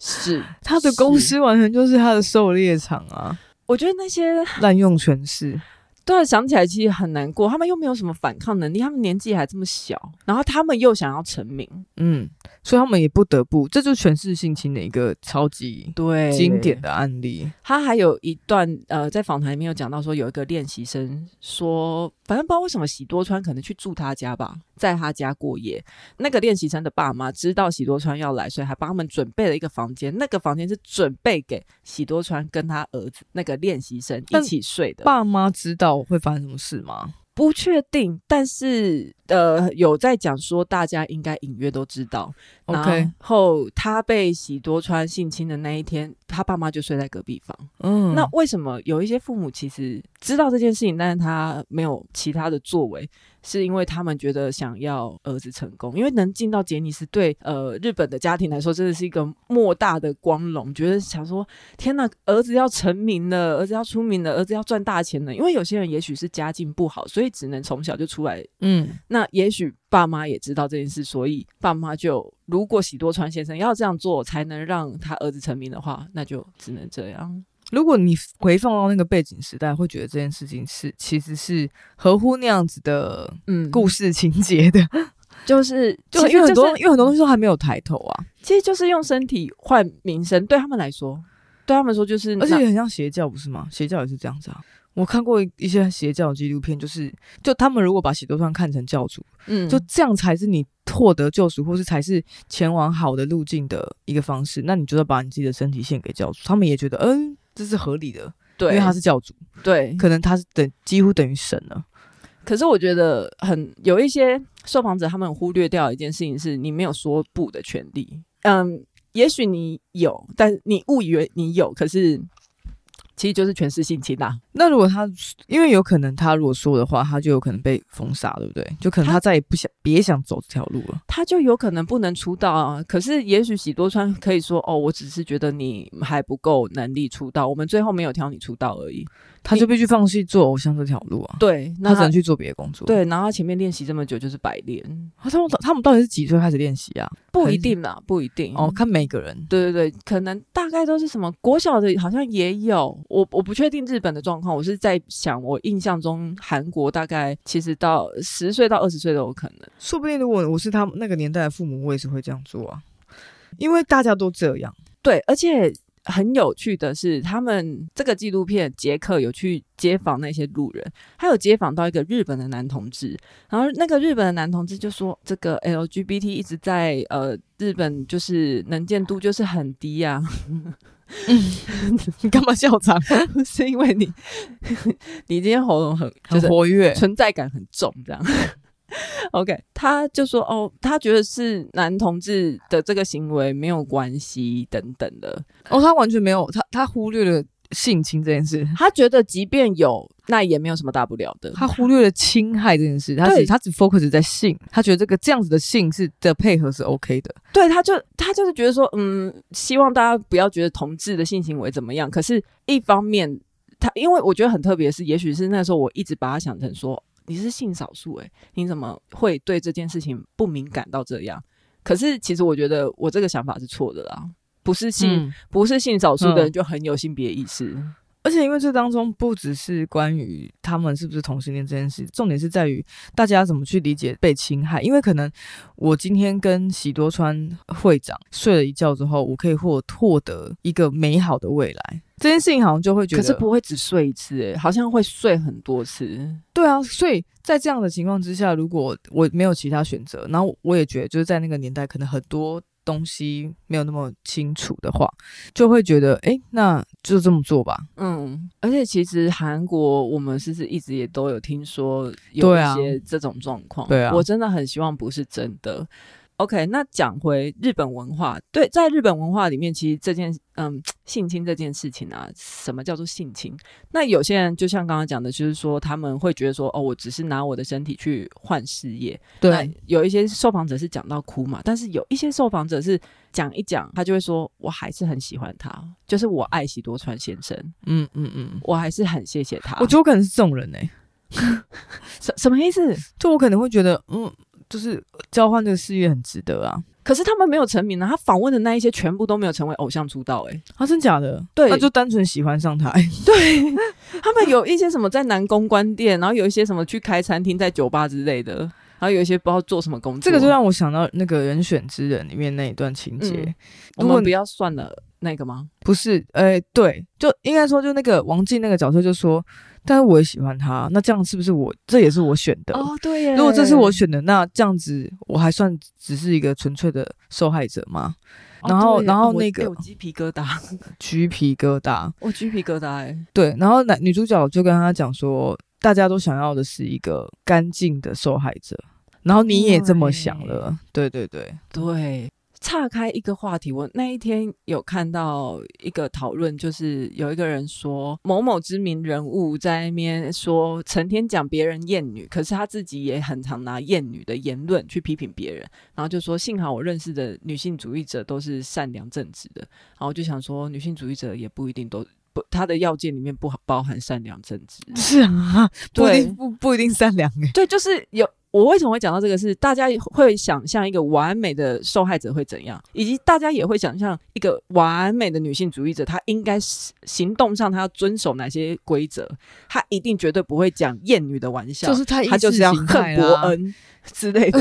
Speaker 1: 是，
Speaker 2: 他的公司完全就是他的狩猎场 啊，
Speaker 1: 我觉得那些
Speaker 2: 滥用权势。
Speaker 1: 对，想起来其实很难过，他们又没有什么反抗能力，他们年纪还这么小，然后他们又想要成名，
Speaker 2: 嗯，所以他们也不得不，这就是权势性侵的一个超级
Speaker 1: 对
Speaker 2: 经典。的案例。
Speaker 1: 他还有一段呃，在访谈里面有讲到说，有一个练习生说，反正不知道为什么喜多川可能去住他家吧，在他家过夜。那个练习生的爸妈知道喜多川要来，所以还帮他们准备了一个房间，那个房间是准备给喜多川跟他儿子那个练习生一
Speaker 2: 但
Speaker 1: 起睡的。
Speaker 2: 爸妈知道会发生什么事吗？
Speaker 1: 不确定，但是呃，有在讲说大家应该隐约都知道。
Speaker 2: OK，
Speaker 1: 然后他被喜多川性侵的那一天，他爸妈就睡在隔壁房。
Speaker 2: 嗯，
Speaker 1: 那为什么有一些父母其实知道这件事情，但是他没有其他的作为，是因为他们觉得想要儿子成功，因为能进到杰尼斯对呃日本的家庭来说，真的是一个莫大的光荣，觉得想说天呐，儿子要成名了，儿子要出名了，儿子要赚大钱了。因为有些人也许是家境不好，所以只能从小就出来
Speaker 2: 嗯
Speaker 1: 那也许爸妈也知道这件事，所以爸妈就如果喜多川先生要这样做才能让他儿子成名的话，那就只能这样。
Speaker 2: 如果你回放到那个背景时代，会觉得这件事情是其实是合乎那样子的
Speaker 1: 嗯，
Speaker 2: 故事情节的，
Speaker 1: 就是
Speaker 2: 就是
Speaker 1: 其
Speaker 2: 因
Speaker 1: 实
Speaker 2: 为很多、
Speaker 1: 就是
Speaker 2: 因为很多东西都还没有抬头啊，
Speaker 1: 其实就是用身体换名声，对他们来说，对他们说就是那，
Speaker 2: 而且很像邪教不是吗？邪教也是这样子啊。我看过一一些邪教的纪录片，就是就他们如果把喜多川看成教主，
Speaker 1: 嗯，
Speaker 2: 就这样才是你获得救赎，或是才是前往好的路径的一个方式。那你就要把你自己的身体献给教主，他们也觉得嗯这是合理的，因
Speaker 1: 对，
Speaker 2: 为他是教主，
Speaker 1: 对。
Speaker 2: 可能他是等几乎等于神了。
Speaker 1: 可是我觉得很有一些受访者他们忽略掉一件事情，是你没有说不的权利。嗯，也许你有，但你误以为你有，可是其实就是权势性侵啦、
Speaker 2: 那如果他，因为有可能他如果说的话，他就有可能被封杀，对不对？就可能他
Speaker 1: 他
Speaker 2: 再也不想别想走这条路了。
Speaker 1: 他就有可能不能出道啊。可是也许喜多川可以说：“哦，我只是觉得你还不够能力出道，我们最后没有挑你出道而已。
Speaker 2: 他就必须放弃做偶像这条路啊”，
Speaker 1: 对，
Speaker 2: 他
Speaker 1: 那
Speaker 2: 只能去做别的工作。
Speaker 1: 对，然后他前面练习这么久就是白练，
Speaker 2: 啊，他们他们到底是几岁开始练习啊？
Speaker 1: 不一定啦，不一定
Speaker 2: 哦，。看每个人。
Speaker 1: 对对对，可能大概都是什么国小的，好像也有我我不确定日本的状况，我是在想我印象中韩国大概其实到十岁到二十岁都有可能。
Speaker 2: 说不定如果我是他们那个年代的父母，我也是会这样做啊，因为大家都这样。
Speaker 1: 对，而且很有趣的是，他们这个纪录片杰克有去街访那些路人，他有街访到一个日本的男同志，然后那个日本的男同志就说，这个 LGBT 一直在呃日本就是能见度就是很低啊，
Speaker 2: 你干嘛笑 场？
Speaker 1: 是因为你你今天喉咙很就
Speaker 2: 很
Speaker 1: 是
Speaker 2: 活跃。
Speaker 1: 存在感很重，这样。OK，他就说哦，他觉得是男同志的这个行为没有关系等等的，
Speaker 2: 哦，他完全没有，他他忽略了性侵这件事，
Speaker 1: 他觉得即便有，那也没有什么大不了的。
Speaker 2: 他忽略了侵害这件事，他只
Speaker 1: 对
Speaker 2: 他只 focus 在性，他觉得这个这样子的性是的配合是 OK 的。
Speaker 1: 对，他就他就是觉得说，嗯，希望大家不要觉得同志的性行为怎么样。可是，一方面，他因为我觉得很特别的是，也许是那时候我一直把他想成说你是性少数，诶，你怎么会对这件事情不敏感到这样？可是，其实我觉得我这个想法是错的啦，不是性、
Speaker 2: 嗯，
Speaker 1: 不是性少数的
Speaker 2: 嗯
Speaker 1: 人就很有性别意识。
Speaker 2: 而且因为这当中不只是关于他们是不是同性恋这件事，重点是在于大家怎么去理解被侵害。因为可能我今天跟喜多川会长睡了一觉之后，我可以获获得一个美好的未来，这件事情好像就会觉
Speaker 1: 可
Speaker 2: 得
Speaker 1: 是不会只睡一次，诶，好像会睡很多次。
Speaker 2: 对啊，所以在这样的情况之下，如果我没有其他选择，然后我也觉得就是在那个年代，可能很多东西没有那么清楚的话，就会觉得诶，那就这么做吧。
Speaker 1: 嗯，而且其实韩国我们是不是一直也都有听说有
Speaker 2: 对
Speaker 1: 一
Speaker 2: 啊
Speaker 1: 些这种状况？
Speaker 2: 对啊
Speaker 1: 我真的很希望不是真的。OK，那讲回日本文化，对，在日本文化里面，其实这件嗯性侵这件事情啊，什么叫做性侵？那有些人就像刚刚讲的，就是说他们会觉得说，哦，我只是拿我的身体去换事业，那
Speaker 2: 对，
Speaker 1: 有一些受访者是讲到哭嘛，但是有一些受访者是讲一讲，他就会说，我还是很喜欢他，就是我爱喜多川先生，
Speaker 2: 嗯嗯嗯，
Speaker 1: 我还是很谢谢他。
Speaker 2: 我觉得我可能是这种人诶，欸
Speaker 1: 什什么意思？
Speaker 2: 就我可能会觉得，嗯，就是交换这个事业很值得啊。
Speaker 1: 可是他们没有成名啊，他访问的那一些全部都没有成为偶像出道、欸，
Speaker 2: 啊，真假的？
Speaker 1: 对
Speaker 2: 那就单纯喜欢上台。
Speaker 1: 他们有一些什么在南公关店，然后有一些什么去开餐厅，在酒吧之类的，然后有一些不知道做什么工作。
Speaker 2: 这个就让我想到那个《人选之人》里面那一段情节。
Speaker 1: 嗯我
Speaker 2: 如果
Speaker 1: 们
Speaker 2: 你
Speaker 1: 不要算了那个吗？
Speaker 2: 不是，哎、对，就应该说，就那个王静那个角色就说，但是我也喜欢他，那这样是不是我这也是我选的？，
Speaker 1: 哦对耶
Speaker 2: 如果这是我选的，那这样子我还算只是一个纯粹的受害者吗？
Speaker 1: 哦
Speaker 2: 然后
Speaker 1: 对耶
Speaker 2: 然后
Speaker 1: 哦我
Speaker 2: 那个
Speaker 1: 哎我鸡皮疙瘩，
Speaker 2: 鸡皮疙瘩。
Speaker 1: 我鸡皮疙瘩、欸，
Speaker 2: 对，然后男女主角就跟他讲说，大家都想要的是一个干净的受害者，然后你也这么想了，对对对，
Speaker 1: 对，岔开一个话题，我那一天有看到一个讨论，就是有一个人说某某知名人物在那边说成天讲别人厌女，可是他自己也很常拿厌女的言论去批评别人，然后就说幸好我认识的女性主义者都是善良正直的，然后我就想说女性主义者也不一定都。不，他的要件里面不包含善良正直，
Speaker 2: 是啊，不一
Speaker 1: 对
Speaker 2: 定不不一定善良哎、
Speaker 1: 对，就是有我为什么会讲到这个是，大家会想象一个完美的受害者会怎样，以及大家也会想象一个完美的女性主义者，她应该是行动上她要遵守哪些规则，她一定绝对不会讲厌女的玩笑，
Speaker 2: 就是他
Speaker 1: 她就是要恨伯 恩 之类的，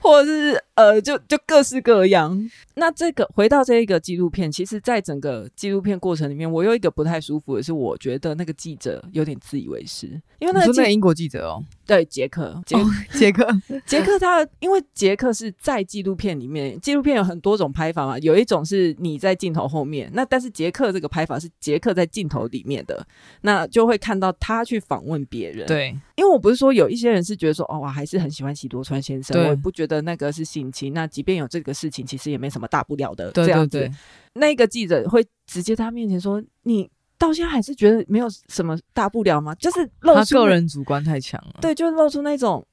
Speaker 1: 或者是呃，就就各式各样。那这个回到这一个纪录片，其实，在整个纪录片过程里面，我有一个不太舒服的是，我觉得那个记者有点自以为是，因为
Speaker 2: 你
Speaker 1: 那哦个
Speaker 2: 说
Speaker 1: 记
Speaker 2: 那个英国记者哦，
Speaker 1: 对杰克，杰、
Speaker 2: 杰克，
Speaker 1: 杰克他因为杰克是在纪录片里面，纪录片有很多种拍法嘛，有一种是你在镜头后面，那但是杰克这个拍法是杰克在镜头里面的，那就会看到他去访问别 人。，
Speaker 2: 对
Speaker 1: 因为我不是说有一些人是觉得说，哦，我还是很喜欢喜多川先生，
Speaker 2: 对
Speaker 1: 我也不觉得那个是性侵，那即便有这个事情，其实也没什么大不了的，
Speaker 2: 对
Speaker 1: 这
Speaker 2: 对
Speaker 1: 样子
Speaker 2: 对。，
Speaker 1: 那个记者会直接在他面前说，你到现在还是觉得没有什么大不了吗？就是露
Speaker 2: 他
Speaker 1: 出
Speaker 2: 个
Speaker 1: 那
Speaker 2: 人主观太强了，
Speaker 1: 对，就露出那种，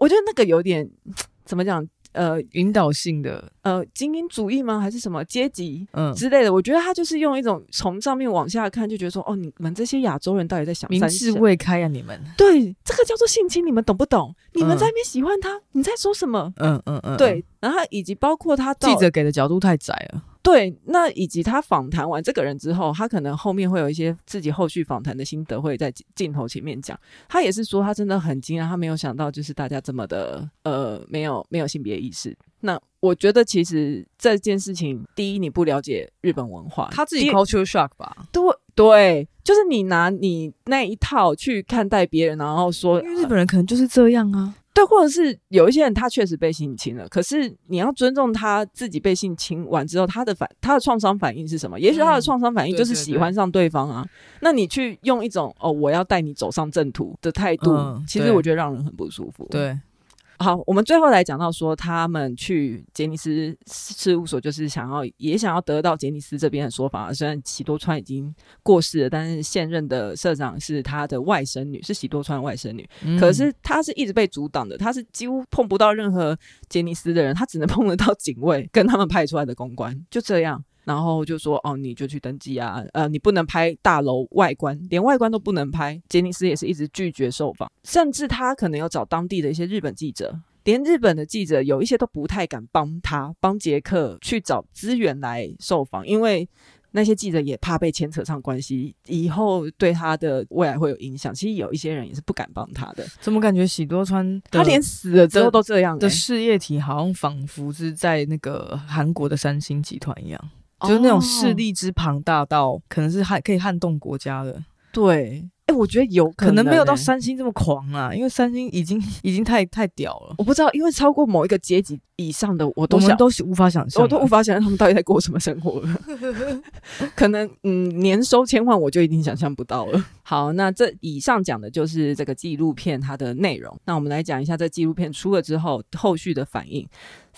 Speaker 1: 我觉得那个有点怎么讲，呃
Speaker 2: 引导性的，
Speaker 1: 呃，精英主义吗？还是什么阶级
Speaker 2: 嗯，
Speaker 1: 之类的？我觉得他就是用一种从上面往下看，就觉得说，哦，你们这些亚洲人到底在想
Speaker 2: 明
Speaker 1: 三
Speaker 2: 智
Speaker 1: 小
Speaker 2: 未开啊呀、你 们，
Speaker 1: 对，这个叫做性侵，你们懂不懂？你们
Speaker 2: 嗯
Speaker 1: 在那边喜欢他，你在说什么？
Speaker 2: 嗯嗯嗯，
Speaker 1: 对，然后以及包括他
Speaker 2: 嗯，
Speaker 1: 到
Speaker 2: 记者给的角度太窄了，
Speaker 1: 对，那以及他访谈完这个人之后，他可能后面会有一些自己后续访谈的心得，会在镜镜头前面讲。他也是说，他真的很惊讶，他没有想到就是大家这么的呃，没有没有性别意识。那我觉得其实这件事情，第一你不了解日本文化，第
Speaker 2: culture shock 吧，
Speaker 1: 对对，就是你拿你那一套去看待别人，然后说
Speaker 2: 因为日本人可能就是这样啊，
Speaker 1: 对，或者是有一些人他确实被性侵了，可是你要尊重他自己被性侵完之后，他的反他的创伤反应是什么？也许他的
Speaker 2: 嗯
Speaker 1: 创伤反应
Speaker 2: 对
Speaker 1: 就是
Speaker 2: 对
Speaker 1: 喜
Speaker 2: 对
Speaker 1: 欢上对方啊。那你去用一种哦，我要带你走上正途的态度，
Speaker 2: 嗯
Speaker 1: 其实
Speaker 2: 对
Speaker 1: 我觉得让人很不舒服。，
Speaker 2: 对，
Speaker 1: 好，我们最后来讲到说，他们去杰尼斯事务所，就是想要也想要得到杰尼斯这边的说法。虽然喜多川已经过世了，但是现任的社长是他的外甥女，是喜多川的外甥女。
Speaker 2: 嗯
Speaker 1: 可是他是一直被阻挡的，他是几乎碰不到任何杰尼斯的人，他只能碰得到警卫跟他们派出来的公关，就这样。然后就说哦，你就去登记啊，呃，你不能拍大楼外观，连外观都不能拍。杰尼斯也是一直拒绝受访，甚至他可能有找当地的一些日本记者，连日本的记者有一些都不太敢帮他帮杰克去找资源来受访，因为那些记者也怕被牵扯上关系，以后对他的未来会有影响。其实有一些人也是不敢帮他的，
Speaker 2: 怎么感觉喜多川的
Speaker 1: 他连死了之后都这样、
Speaker 2: 的
Speaker 1: 欸
Speaker 2: 事业体好像仿佛是在那个韩国的三星集团一样，就是那种势。
Speaker 1: 哦
Speaker 2: 力之庞大到可能是撼可以撼动国家的，
Speaker 1: 对，哎、我觉得有可
Speaker 2: 可
Speaker 1: 能
Speaker 2: 能没有到
Speaker 1: 欸
Speaker 2: 三星这么狂啊，因为三星已经已经太太屌了，
Speaker 1: 我不知道，因为超过某一个阶级以上的，我
Speaker 2: 我
Speaker 1: 都
Speaker 2: 们
Speaker 1: 想，
Speaker 2: 都是无法想象
Speaker 1: 我
Speaker 2: 的，
Speaker 1: 都无法想象他们到底在过什么生活了。 可能嗯，年收千万，我就已经想象不到了。好，那这以上讲的就是这个纪录片它的内容。那我们来讲一下这纪录片出了之后后续的反应。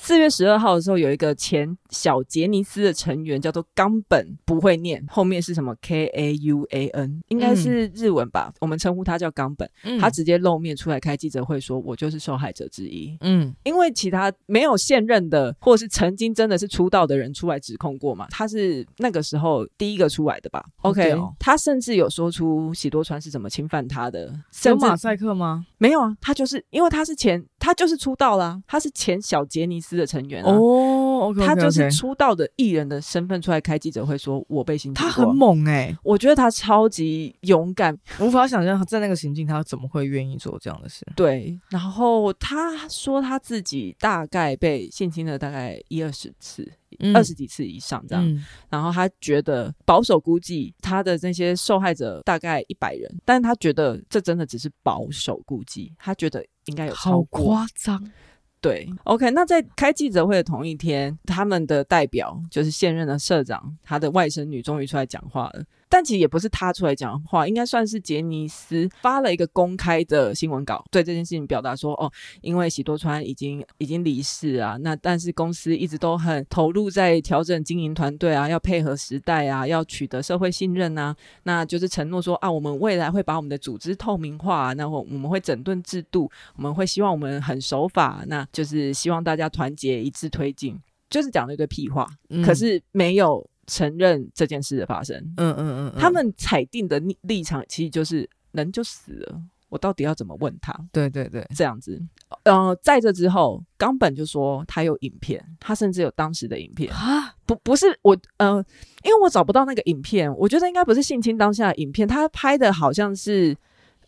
Speaker 1: 四月十二号的时候，有一个前小杰尼斯的成员叫做冈本，不会念，后面是什么 K A U A N，应该是日文吧，我们称呼他叫冈本。
Speaker 2: 嗯
Speaker 1: 他直接露面出来开记者会说，我就是受害者之一。
Speaker 2: 嗯
Speaker 1: 因为其他没有现任的，或者是曾经真的是出道的人出来指控过嘛，他是那个时候第一个出来的吧
Speaker 2: 好
Speaker 1: ？OK，、哦
Speaker 2: 屌
Speaker 1: 他甚至有说出喜多川是怎么侵犯他的，
Speaker 2: 有
Speaker 1: 甚至
Speaker 2: 马赛克吗？
Speaker 1: 没有啊，他就是因为他是前他就是出道啦，他是前小杰尼斯的成员啊、
Speaker 2: 哦，OK，
Speaker 1: 他就是出道的艺人的身份出来开记者会说，我被性侵
Speaker 2: 他
Speaker 1: 过
Speaker 2: 很，猛哎、
Speaker 1: 我觉得他超级勇敢，
Speaker 2: 无法想象他在那个情境他怎么会愿意做这样的事。
Speaker 1: 对，然后他说他自己大概被性侵了大概一二十次，二十、几次以上这样。
Speaker 2: 嗯
Speaker 1: 然后他觉得保守估计他的那些受害者大概一百人，但他觉得这真的只是保守估计，他觉得应该有超
Speaker 2: 好
Speaker 1: 过。
Speaker 2: 夸张，
Speaker 1: 对，OK，那在开记者会的同一天，他们的代表就是现任的社长，他的外甥女终于出来讲话了。但其实也不是他出来讲话，应该算是杰尼斯发了一个公开的新闻稿，对这件事情表达说，哦，因为喜多川已经已经离世啊，那但是公司一直都很投入在调整经营团队啊，要配合时代啊，要取得社会信任啊，那就是承诺说啊，我们未来会把我们的组织透明化、啊，那我我们会整顿制度，我们会希望我们很守法，那就是希望大家团结一致推进，就是讲了一堆屁话，
Speaker 2: 嗯
Speaker 1: 可是没有承认这件事的发生。
Speaker 2: 嗯嗯嗯，
Speaker 1: 他们采定的立立场其实就是人就死了，我到底要怎么问他
Speaker 2: 对对对，
Speaker 1: 这样子？呃，在这之后，冈本就说他有影片，他甚至有当时的影片，
Speaker 2: 啊，
Speaker 1: 不不是我呃，因为我找不到那个影片，我觉得应该不是性侵当下的影片，他拍的好像是。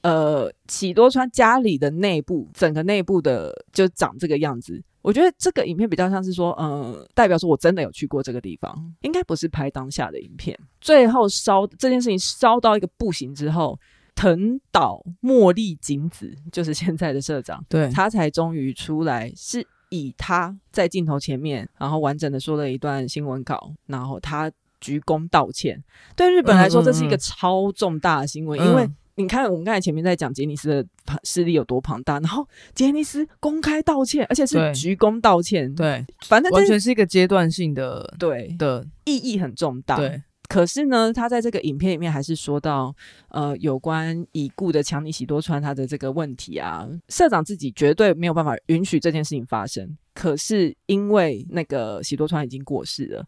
Speaker 1: 呃，喜多川家里的内部，整个内部的就长这个样子。我觉得这个影片比较像是说，嗯、代表说我真的有去过这个地方，应该不是拍当下的影片。最后烧这件事情烧到一个不行之后，藤岛茉莉景子就是现在的社长，
Speaker 2: 对，
Speaker 1: 他才终于出来，是以他在镜头前面，然后完整的说了一段新闻稿，然后他鞠躬道歉。对日本来说，
Speaker 2: 嗯嗯
Speaker 1: 这是一个超重大的新闻，
Speaker 2: 嗯
Speaker 1: 因为你看我们刚才前面在讲杰尼斯的庞势力有多庞大，然后杰尼斯公开道歉，而且是
Speaker 2: 对
Speaker 1: 鞠躬道歉，，
Speaker 2: 对，
Speaker 1: 反正
Speaker 2: 完
Speaker 1: 这
Speaker 2: 全是一个阶段性的
Speaker 1: 对
Speaker 2: 的，
Speaker 1: 意义很重大，
Speaker 2: 对，
Speaker 1: 可是呢，他在这个影片里面还是说到，呃，有关已故的强尼喜多川他的这个问题啊，社长自己绝对没有办法允许这件事情发生。可是因为那个喜多川已经过世了，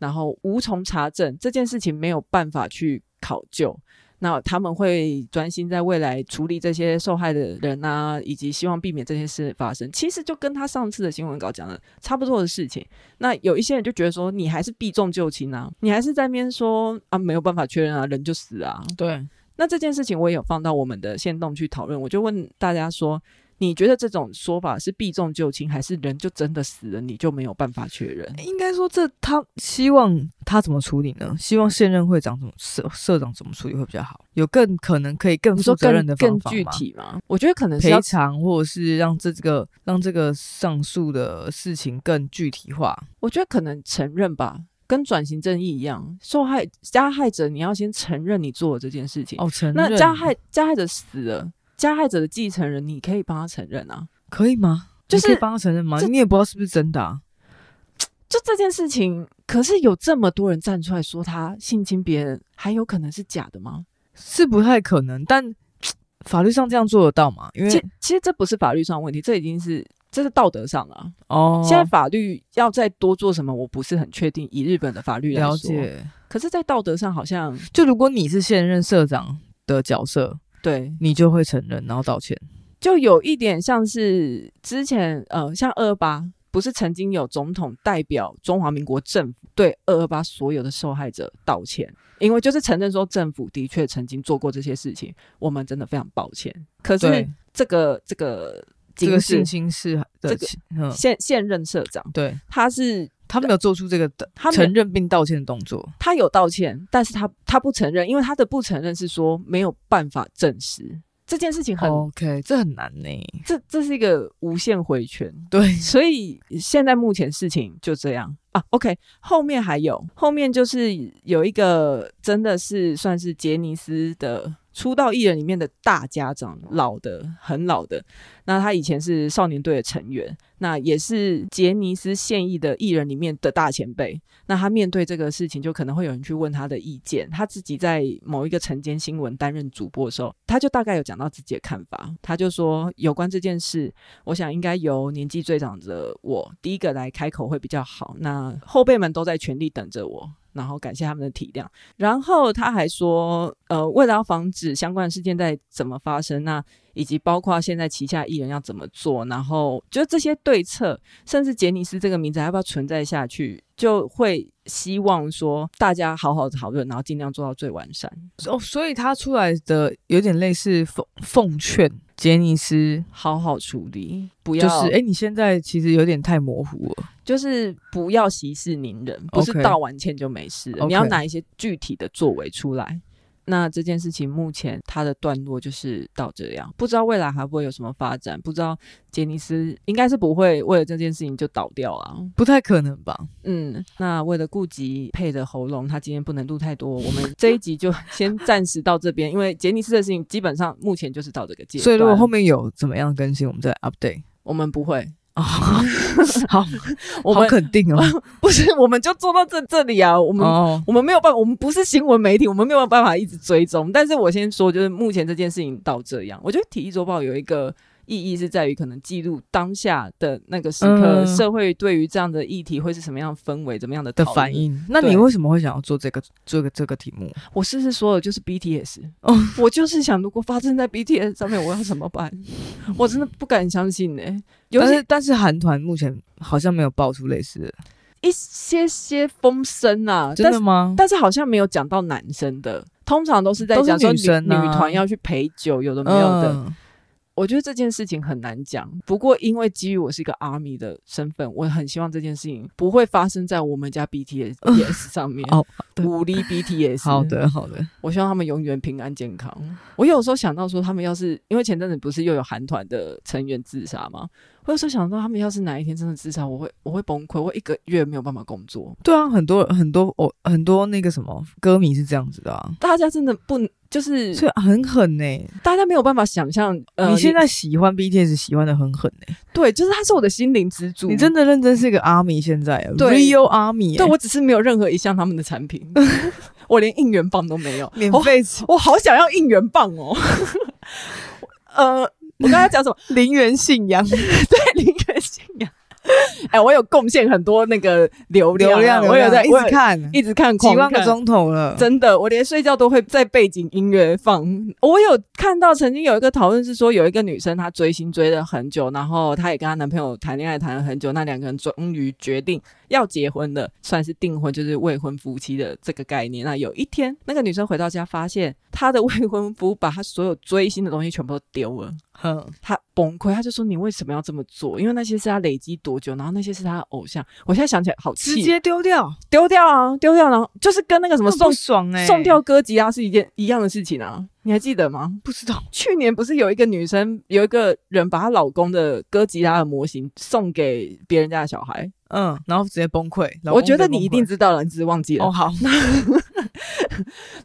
Speaker 1: 然后无从查证这件事情，没有办法去考究。那他们会专心在未来处理这些受害的人啊，以及希望避免这些事发生。其实就跟他上次的新闻稿讲的差不多的事情。那有一些人就觉得说，你还是避重就轻啊，你还是在那边说啊，没有办法确认啊，人就死啊。
Speaker 2: 对，
Speaker 1: 那这件事情我也有放到我们的线动去讨论，我就问大家说，你觉得这种说法是避重就轻，还是人就真的死了，你就没有办法确认？
Speaker 2: 应该说这他希望他怎么处理呢？希望现任会长怎么社社长怎么处理会比较好？有更可能可以更
Speaker 1: 你
Speaker 2: 负
Speaker 1: 说
Speaker 2: 责
Speaker 1: 更
Speaker 2: 任的方
Speaker 1: 更
Speaker 2: 法
Speaker 1: 具
Speaker 2: 吗
Speaker 1: 体吗？我觉得可能是
Speaker 2: 赔
Speaker 1: 要
Speaker 2: 偿，或者是让这个让这个上述的事情更具体化。
Speaker 1: 我觉得可能承认吧，跟转型正义一样，受害加害者你要先承认你做了这件事情。
Speaker 2: 哦，承
Speaker 1: 那
Speaker 2: 认
Speaker 1: 加害加害者死了，加害者的继承人你可以帮他承认啊。
Speaker 2: 可以吗？
Speaker 1: 就
Speaker 2: 你可以
Speaker 1: 是
Speaker 2: 帮他承认吗？
Speaker 1: 这
Speaker 2: 你也不知道是不是真的、啊。
Speaker 1: 就这件事情，可是有这么多人站出来说他性侵别人，还有可能是假的吗？
Speaker 2: 是不太可能，但法律上这样做得到吗？因
Speaker 1: 其
Speaker 2: 为
Speaker 1: 其实这不是法律上的问题，这已经是这是道德上了啊、
Speaker 2: 哦，
Speaker 1: 现在法律要再多做什么，我不是很确定。以日本的法律来
Speaker 2: 了
Speaker 1: 说，
Speaker 2: 解。
Speaker 1: 可是，在道德上好像
Speaker 2: 就如果你是现任社长的角色，
Speaker 1: 对，
Speaker 2: 你就会承认，然后道歉。
Speaker 1: 就有一点像是之前呃，像二二八。不是曾经有总统代表中华民国政府对二二八所有的受害者道歉，因为就是承认说政府的确曾经做过这些事情，我们真的非常抱歉。可是
Speaker 2: 对，
Speaker 1: 这个这个
Speaker 2: 这
Speaker 1: 警
Speaker 2: 个
Speaker 1: 示
Speaker 2: 性侵是的
Speaker 1: 这个，
Speaker 2: 嗯，
Speaker 1: 现现任社长，
Speaker 2: 对
Speaker 1: 他是
Speaker 2: 他没有做出这个的
Speaker 1: 他没有
Speaker 2: 承认并道歉的动作。
Speaker 1: 他有道歉，但是他他不承认，因为他的不承认是说没有办法证实这件事情很，
Speaker 2: OK，这很难呢。
Speaker 1: 这这是一个无限回圈，
Speaker 2: 对，
Speaker 1: 所以现在目前事情就这样啊。OK，后面还有，后面就是有一个真的是算是杰尼斯的出道艺人里面的大家长，老的很老的。那他以前是少年队的成员，那也是杰尼斯现役的艺人里面的大前辈。那他面对这个事情，就可能会有人去问他的意见。他自己在某一个晨间新闻担任主播的时候，他就大概有讲到自己的看法。他就说，有关这件事，我想应该由年纪最长的我第一个来开口会比较好。那后辈们都在全力等着我，然后感谢他们的体谅。然后他还说，呃，为了要防止相关的事件在怎么发生，那以及包括现在旗下艺人要怎么做，然后就这些对策，甚至杰尼斯这个名字还要不要存在下去，就会希望说大家好好讨论，然后尽量做到最完善。
Speaker 2: 哦，所以他出来的有点类似奉奉劝杰尼斯，
Speaker 1: 好好处理，不要
Speaker 2: 就是哎、你现在其实有点太模糊了。
Speaker 1: 就是不要息事宁人，不是
Speaker 2: OK
Speaker 1: 道完歉就没事了
Speaker 2: OK
Speaker 1: 你要拿一些具体的作为出来。那这件事情目前它的段落就是到这样，不知道未来还会有什么发展，不知道杰尼斯应该是不会为了这件事情就倒掉啊。
Speaker 2: 不太可能吧？
Speaker 1: 嗯，那为了顾及佩的喉咙，他今天不能录太多，我们这一集 就先暂时到这边，因为杰尼斯的事情基本上目前就是到这个阶段，
Speaker 2: 所以如果后面有怎么样更新，我们再 update。
Speaker 1: 我们不会，
Speaker 2: 哦，好，
Speaker 1: 我
Speaker 2: 好
Speaker 1: 们
Speaker 2: 肯定哦。
Speaker 1: 不是，我们就做到这这里 啊，我们
Speaker 2: 哦，
Speaker 1: 我们没有办法，我们不是新闻媒体，我们没有办法一直追踪。但是我先说，就是目前这件事情到这样，我觉得《体育周报》有一个意义是在于可能记录当下的那个时刻，
Speaker 2: 嗯
Speaker 1: 社会对于这样的议题会是什么样的氛围、怎么样的
Speaker 2: 的
Speaker 1: 讨论
Speaker 2: 反。应。那你
Speaker 1: 对
Speaker 2: 为什么会想要做这个这个这个题目？
Speaker 1: 我事实说了，就是 BTS
Speaker 2: 哦
Speaker 1: 我就是想，如果发生在 BTS 上面，我要怎么办？我真的不敢相信欸呢、尤
Speaker 2: 但
Speaker 1: 其
Speaker 2: 是但是韩团目前好像没有爆出类似的，
Speaker 1: 一些些风声啊，
Speaker 2: 真
Speaker 1: 但是
Speaker 2: 的吗？
Speaker 1: 但是好像没有讲到男生的，通常都是在
Speaker 2: 都是
Speaker 1: 讲说
Speaker 2: 女
Speaker 1: 女
Speaker 2: 生啊
Speaker 1: 女团要去陪酒，有的没有的。
Speaker 2: 嗯
Speaker 1: 我觉得这件事情很难讲，不过因为基于我是一个阿米的身份，我很希望这件事情不会发生在我们家 BTS BTS 上面。
Speaker 2: 哦好的
Speaker 1: 武力 BTS，
Speaker 2: 好，的好的，
Speaker 1: 我希望他们永远平安健康。
Speaker 2: 嗯
Speaker 1: 我有时候想到说，他们要是因为前阵子不是又有韩团的成员自杀吗？我有时候想到他们要是哪一天真的自杀，我会我会崩溃，我会一个月没有办法工作。
Speaker 2: 对啊，很多很多哦，很多那个什么歌迷是这样子的啊，
Speaker 1: 大家真的不就是
Speaker 2: 所以很狠呢、
Speaker 1: 大家没有办法想象，呃，
Speaker 2: 你现在喜欢 BTS 喜欢的很狠呢、
Speaker 1: 对，就是他是我的心灵支柱。
Speaker 2: 你真的认真是个阿米，现在啊
Speaker 1: 对
Speaker 2: real 阿米、欸，
Speaker 1: 对我只是没有任何一项他们的产 品，我连应援棒都没有，
Speaker 2: 欸免
Speaker 1: 我
Speaker 2: 费吃
Speaker 1: 我好想要应援棒哦。 呃，我刚才讲什么？
Speaker 2: 零元信 仰
Speaker 1: 对，林可信仰。哎、我有贡献很多那个流量啊，
Speaker 2: 流 量，
Speaker 1: 我有在
Speaker 2: 一
Speaker 1: 我有
Speaker 2: 直看，
Speaker 1: 一直看，
Speaker 2: 几万
Speaker 1: 狂
Speaker 2: 个
Speaker 1: 看
Speaker 2: 钟头了，
Speaker 1: 真的，我连睡觉都会在背景音乐放。我有看到曾经有一个讨论是说，有一个女生她追星追了很久，然后她也跟她男朋友谈恋爱谈了很久，那两个人终于决定要结婚了，算是订婚，就是未婚夫妻的这个概念。那有一天，那个女生回到家，发现她的 未婚夫把她所有追星的东西全部都丢了。
Speaker 2: 哼
Speaker 1: 她崩溃，她就说：“你为什么要这么做？因为那些是她累积多久，然后那些是她的偶像。”我现在想起来好气，
Speaker 2: 直接丢掉，
Speaker 1: 丢掉啊，丢掉，然后就是跟那个什么
Speaker 2: 很
Speaker 1: 送
Speaker 2: 不爽哎、
Speaker 1: 送掉歌吉拉是一件一样的事情啊，你还记得吗？
Speaker 2: 不知道，
Speaker 1: 去年不是有一个女生，有一个人把她老公的哥吉拉的模型送给别人家的小孩，
Speaker 2: 嗯，然后直接崩溃，老
Speaker 1: 我
Speaker 2: 公
Speaker 1: 觉得
Speaker 2: 直接
Speaker 1: 你一
Speaker 2: 崩
Speaker 1: 定
Speaker 2: 溃
Speaker 1: 知道了，你只是忘记了。
Speaker 2: 哦好，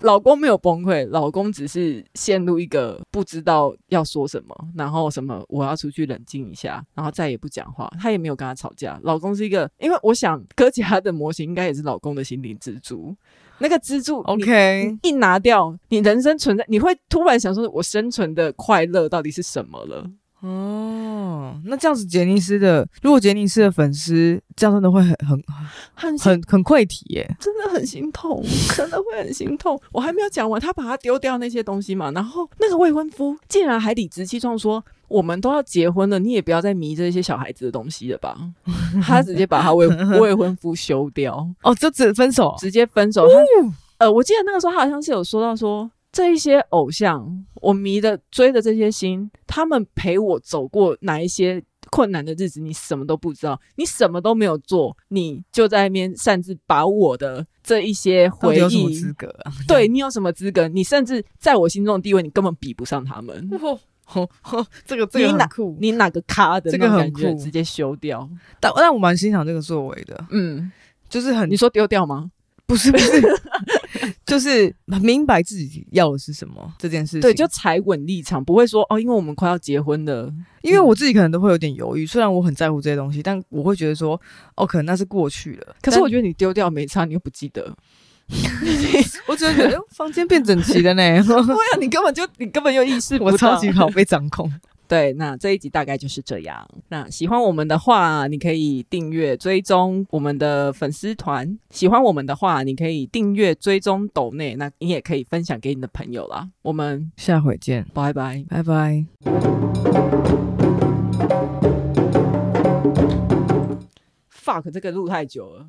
Speaker 1: 老公没有崩溃，老公只是陷入一个不知道要说什么，然后什么我要出去冷静一下，然后再也不讲话，她也没有跟他吵架。老公是一个，因为我想哥吉拉的模型应该也是老公的心灵支柱，那个支柱你
Speaker 2: OK，
Speaker 1: 一拿掉，你人生存在，你会突然想说，我生存的快乐到底是什么了？
Speaker 2: 哦，那这样子杰尼斯的，如果杰尼斯的粉丝这样真的会很很
Speaker 1: 很心
Speaker 2: 很很溃体耶，
Speaker 1: 真的很心痛， 真的会很心痛。我还没有讲完，他把他丢掉那些东西嘛，然后那个未婚夫竟然还理直气壮说。我们都要结婚了，你也不要再迷这些小孩子的东西了吧？他直接把他未未婚夫休掉，
Speaker 2: 哦，这只分手
Speaker 1: 直接分手。他呃，我记得那个时候他好像是有说到说，这一些偶像，我迷的追的这些星，他们陪我走过哪一些困难的日子，你什么都不知道，你什么都没有做，你就在那边擅自把我的这一些
Speaker 2: 到
Speaker 1: 回
Speaker 2: 底有什么
Speaker 1: 忆
Speaker 2: 资，格啊？
Speaker 1: 对你有什么资格？你甚至在我心中的地位，你根本比不上他们。
Speaker 2: 哦，哦哦这个这个
Speaker 1: 你哪
Speaker 2: 很酷，
Speaker 1: 你哪个咖的
Speaker 2: 这
Speaker 1: 那
Speaker 2: 个
Speaker 1: 种
Speaker 2: 很
Speaker 1: 感觉
Speaker 2: 酷
Speaker 1: 直接修掉？
Speaker 2: 但但我蛮欣赏这个作为的，
Speaker 1: 嗯，
Speaker 2: 就是很
Speaker 1: 你说丢掉吗？
Speaker 2: 不是不 是，就是很明白自己要的是什么这件事情。
Speaker 1: 对，就踩稳立场，不会说哦，因为我们快要结婚了，
Speaker 2: 因为我自己可能都会有点犹豫，虽然我很在乎这些东西，但我会觉得说，哦，可能那是过去了。
Speaker 1: 可是我
Speaker 2: 但
Speaker 1: 觉得你丢掉没差，你又不记得。
Speaker 2: 我只是觉得哎呦房间变整齐了呢，
Speaker 1: 对啊， 你根本就你根本就意识
Speaker 2: 我超级好被掌控。
Speaker 1: 对。那这一集大概就是这样。那喜欢我们的话，你可以订阅追踪我们的粉丝团；喜欢我们的话，你可以订阅追踪抖内，那你也可以分享给你的朋友啦。我们
Speaker 2: 下回见，
Speaker 1: 拜拜。
Speaker 2: 拜拜。
Speaker 1: Fuck，这个录太久了。